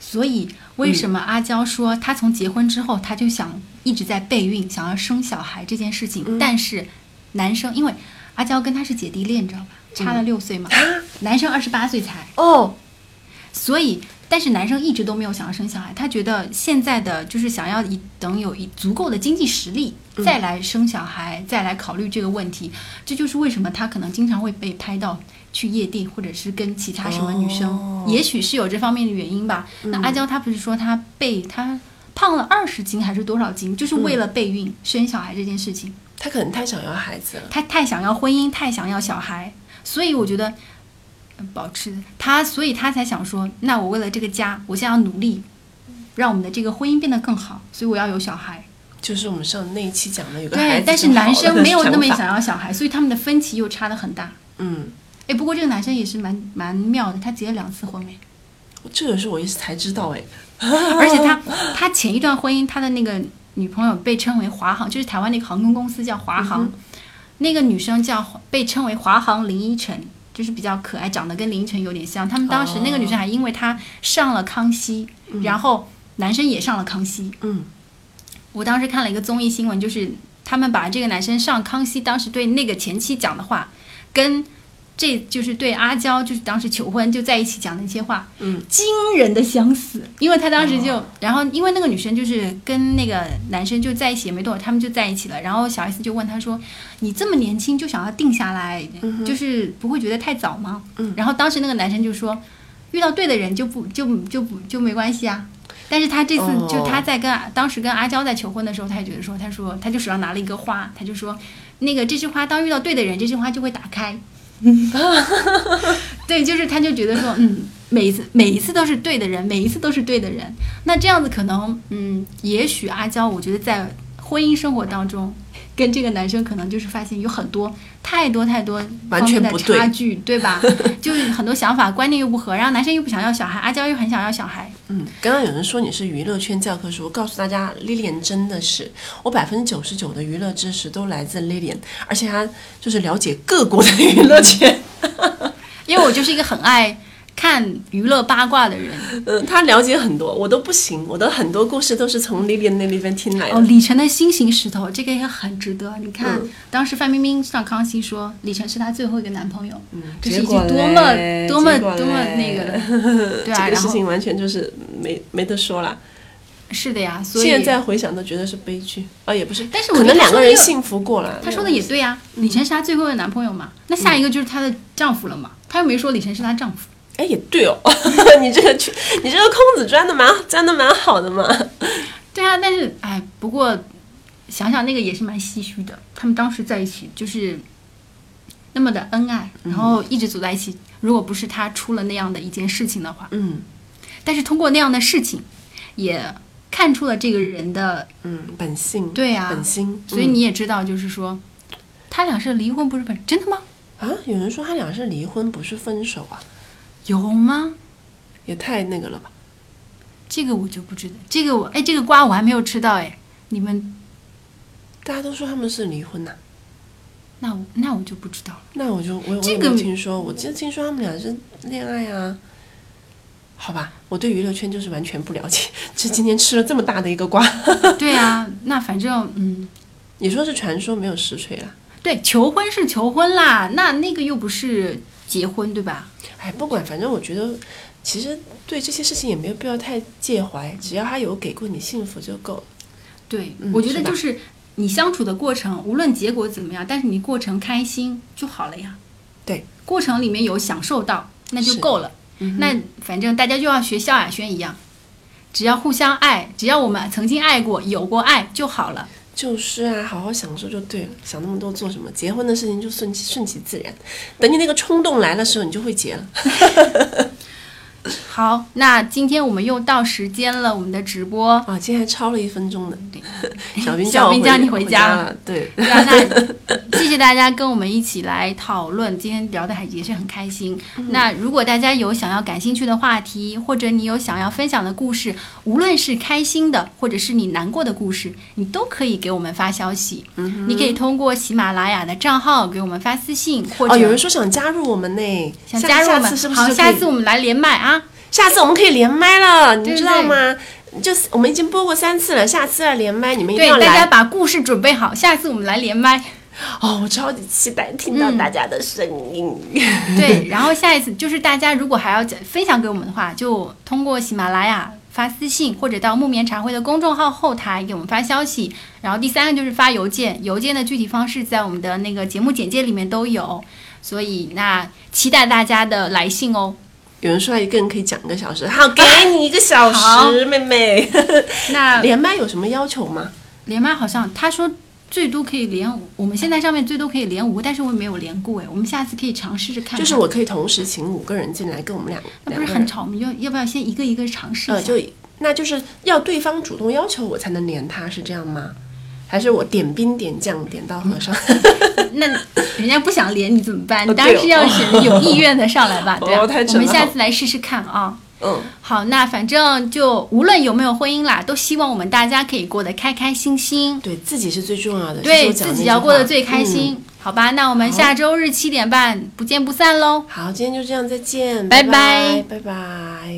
Speaker 2: 所以为什么阿娇说她从结婚之后，她就想一直在备孕，想要生小孩这件事情？但是男生因为阿娇跟她是姐弟恋，你知道吧？差了六岁嘛，男生二十八岁才，
Speaker 3: 哦，
Speaker 2: 所以但是男生一直都没有想要生小孩，他觉得现在的就是想要一等有一足够的经济实力再来生小孩，再来考虑这个问题。这就是为什么他可能经常会被拍到去夜店，或者是跟其他什么女生，
Speaker 3: 哦
Speaker 2: 也许是有这方面的原因吧。那阿娇她不是说她被她胖了二十斤还是多少斤，就是为了备孕、生小孩这件事情。
Speaker 3: 他可能太想要孩子了。
Speaker 2: 他太想要婚姻，太想要小孩，所以我觉得呃保持他，所以他才想说，那我为了这个家，我现在要努力，让我们的这个婚姻变得更好，所以我要有小孩。
Speaker 3: 就是我们上那一期讲的有个孩
Speaker 2: 对
Speaker 3: 子，
Speaker 2: 但是男生没有那么
Speaker 3: 想法。
Speaker 2: 想要小孩，所以他们的分歧又差得很大。
Speaker 3: 嗯，
Speaker 2: 哎，不过这个男生也是蛮蛮妙的，他结了两次婚哎，
Speaker 3: 这个是我一直才知道哎。
Speaker 2: 而且他他前一段婚姻，他的那个女朋友被称为华航，就是台湾那个航空公司叫华航，那个女生叫被称为华航林依晨，就是比较可爱，长得跟林依晨有点像。他们当时
Speaker 3: 哦
Speaker 2: 那个女生还因为她上了康熙，然后男生也上了康熙。
Speaker 3: 嗯，
Speaker 2: 我当时看了一个综艺新闻，就是他们把这个男生上康熙当时对那个前妻讲的话，跟这就是对阿娇就是当时求婚就在一起讲的一些话，
Speaker 3: 嗯，
Speaker 2: 惊人的相似。因为他当时就，然后因为那个女生就是跟那个男生就在一起也没多久，他们就在一起了。然后小 S 就问他说：“你这么年轻就想要定下来，就是不会觉得太早吗？”
Speaker 3: 嗯
Speaker 2: 然后当时那个男生就说：“遇到对的人就不就就不就没关系啊。”但是他这次
Speaker 3: 哦
Speaker 2: 就他在跟、当时跟阿娇在求婚的时候，他也觉得说，他说他就手上拿了一个花，他就说，那个这枝花当遇到
Speaker 3: (laughs)
Speaker 2: 对的人，这枝花就会打开。对，就是他就觉得说，嗯，每一次每一次都是对的人，每一次都是对的人。那这样子可能，嗯，也许阿娇，我觉得在婚姻生活当中，跟这个男生可能就是发现有很多太多太多
Speaker 3: 完全
Speaker 2: 方面
Speaker 3: 不
Speaker 2: 的
Speaker 3: 对
Speaker 2: 差距，对
Speaker 3: (laughs)
Speaker 2: 吧？就是很多想法观念又不合，然后男生又不想要小孩，阿娇又很想要小孩，
Speaker 3: 嗯，刚刚有人说你是娱乐圈教科书，我告诉大家，Lilian 真的是我百分之九十九的娱乐知识都来自 Lilian，而且她就是了解各国的娱乐圈， (laughs)
Speaker 2: 因为我就是一个很爱看娱乐八卦的
Speaker 3: (laughs)
Speaker 2: 人。
Speaker 3: 嗯，她了解很多，我都不行，我的很多故事都是从 Lilian 那里边听来的。
Speaker 2: 哦，李晨的新型石头，这个也很值得。你看，
Speaker 3: 嗯
Speaker 2: 当时范冰冰上康熙说李晨是她最后一个男朋友，
Speaker 3: 嗯
Speaker 2: 这是
Speaker 3: 结
Speaker 2: 一句
Speaker 3: 果
Speaker 2: 多么
Speaker 3: 嘞
Speaker 2: 多么
Speaker 3: 结果
Speaker 2: 多么
Speaker 3: 嘞
Speaker 2: 那个
Speaker 3: (laughs)
Speaker 2: 的，对啊。
Speaker 3: 呃
Speaker 2: 然
Speaker 3: 这个事
Speaker 2: 后
Speaker 3: 情完全就是没没得说了，
Speaker 2: 是的呀，所以
Speaker 3: 现在回想都觉得是悲剧啊，也不是，
Speaker 2: 但是我
Speaker 3: 可
Speaker 2: 觉
Speaker 3: 能
Speaker 2: 得他
Speaker 3: 两
Speaker 2: 说
Speaker 3: 个
Speaker 2: 的
Speaker 3: 人
Speaker 2: 又
Speaker 3: 幸福过了。
Speaker 2: 她说的也对呀，李晨是她最后一个男朋友嘛，那下一个就是她的丈夫了嘛，她又没说李晨是她丈夫。
Speaker 3: 哎，也对哦， (laughs) 你这个去，你这个空子钻的蛮钻的蛮好的嘛。
Speaker 2: 对啊，但是哎，不过想想那个也是蛮唏嘘的。他们当时在一起就是那么的恩爱，然后一直走在一起。如果不是他出了那样的一件事情的话，
Speaker 3: 嗯
Speaker 2: 但是通过那样的事情，也看出了这个人的
Speaker 3: 嗯，本性
Speaker 2: 对啊
Speaker 3: 本心。
Speaker 2: 所以你也知道，就是说、他俩是离婚不是分，真的吗？
Speaker 3: 嗯啊，有人说他俩是离婚，不是分手啊，
Speaker 2: 有吗？
Speaker 3: 也太那个了吧？
Speaker 2: 这个我就不知道。这个我哎，这个瓜我还没有吃到哎，你们
Speaker 3: 大家都说他们是离婚呐、啊
Speaker 2: 那我那我就不知道
Speaker 3: (laughs)
Speaker 2: 了。
Speaker 3: 那我就我我
Speaker 2: 这
Speaker 3: 也
Speaker 2: 个
Speaker 3: 没听说，我就听说他们俩是恋爱啊。好吧，我对娱乐圈就是完全不了解， (laughs) 这今天吃了这么大的一个瓜。
Speaker 2: 对啊，那反正嗯，
Speaker 3: 你说是传说，没有实锤啦。
Speaker 2: 对，求婚是求婚啦，那那个又不是结婚对吧？
Speaker 3: 哎，不管，反正我觉得，其实对这些事情也没有必要太介怀，只要他有给过你幸福就够了。
Speaker 2: 对，
Speaker 3: 嗯
Speaker 2: 我觉
Speaker 3: 是
Speaker 2: 得
Speaker 3: 吧
Speaker 2: 就是你相处的过程，无论结果怎么样，但是你过程开心就好了呀。
Speaker 3: 对，
Speaker 2: 过程里面有享受到，那就是够了。
Speaker 3: 嗯哼
Speaker 2: 那反正大家就要学萧亚轩一样，只要互相爱，只要我们曾经爱过、有过爱就好了。
Speaker 3: 就是啊，好好享受就对了，想那么多做什么？结婚的事情就顺其顺其自然，等你那个冲动来的时候，你就会结了。
Speaker 2: 好，那今天我们又到时间了，我们的直
Speaker 3: (laughs)
Speaker 2: 播。
Speaker 3: 啊，今天还超了一分钟
Speaker 2: (laughs)
Speaker 3: 呢。
Speaker 2: 对，
Speaker 3: 小兵
Speaker 2: 小
Speaker 3: 我
Speaker 2: 兵
Speaker 3: 回
Speaker 2: 叫你回
Speaker 3: 回
Speaker 2: 家
Speaker 3: 了，对，
Speaker 2: 对啊，那谢谢大家跟我们一起来讨论，今天聊的还也是很开心。
Speaker 3: 嗯
Speaker 2: 那如果大家有想要感兴趣的话题，或者你有想要分享的故事，无论是开心的，或者是你难过的故事，你都可以给我们发消息。
Speaker 3: 嗯
Speaker 2: 你可以通过喜马拉雅的账号给我们发私信，或者、
Speaker 3: 哦，有人说想加入我们呢，
Speaker 2: 想
Speaker 3: 下
Speaker 2: 加入我们，
Speaker 3: 下次是不是
Speaker 2: 好，
Speaker 3: 可以
Speaker 2: 下次我们来连麦啊。
Speaker 3: 下次我们可以连麦了，你
Speaker 2: 对
Speaker 3: 知
Speaker 2: 对
Speaker 3: 道
Speaker 2: 对
Speaker 3: 吗？就是我们已经播过三次了，下次要连麦，你们一定
Speaker 2: 对
Speaker 3: 要，
Speaker 2: 大家
Speaker 3: 来
Speaker 2: 把故事准备好，下次我们来连麦。
Speaker 3: 哦！我超级期待听到
Speaker 2: 嗯
Speaker 3: 大家的声音。
Speaker 2: 对，然后下一次就是大家如果还要讲分享给我们的话，就通过喜马拉雅发私信，或者到木棉茶会的公众号后台给我们发消息。然后第三个就是发邮件，邮件的具体方式在我们的那个节目简介里面都有，所以那期待大家的来信哦。
Speaker 3: 有人说他一个人可以讲一个小时，好，给你一个小
Speaker 2: 好
Speaker 3: 时，妹妹。
Speaker 2: 那
Speaker 3: (laughs) 连麦有什么要求吗？
Speaker 2: 连麦好像他说。最多可以连五，我们现在上面最多可以连五个，但是我也没有连过哎，我们下次可以尝试着看看。
Speaker 3: 就是我可以同时请五个人进来，跟我们两
Speaker 2: 那
Speaker 3: 两
Speaker 2: 不
Speaker 3: 个
Speaker 2: 是很
Speaker 3: 人，
Speaker 2: 吵，我们要要不要先一个一个尝试一下？
Speaker 3: 呃，就那就是要对方主动要求我才能连他，是这样吗？还是我点兵点将点到和尚？
Speaker 2: 那人家不想连你怎么办？
Speaker 3: 哦
Speaker 2: 你当然是
Speaker 3: 对哦
Speaker 2: 要选有意愿的上来吧，对吧、啊
Speaker 3: 哦太
Speaker 2: 我
Speaker 3: 准了
Speaker 2: 们下次来试试看啊。
Speaker 3: (laughs) 嗯，
Speaker 2: 好，那反正就无论有没有婚姻啦，都希望我们大家可以过得开开心心，
Speaker 3: 对自己是最重要的，是
Speaker 2: 对
Speaker 3: 我讲的
Speaker 2: 自己
Speaker 3: 那句
Speaker 2: 要过得
Speaker 3: 话
Speaker 2: 最开。
Speaker 3: 嗯
Speaker 2: 心，好吧？那我们下周日
Speaker 3: 嗯
Speaker 2: 七点半不见不散喽。
Speaker 3: 好，今天就这样，再见，
Speaker 2: 拜
Speaker 3: 拜
Speaker 2: 拜
Speaker 3: 拜拜。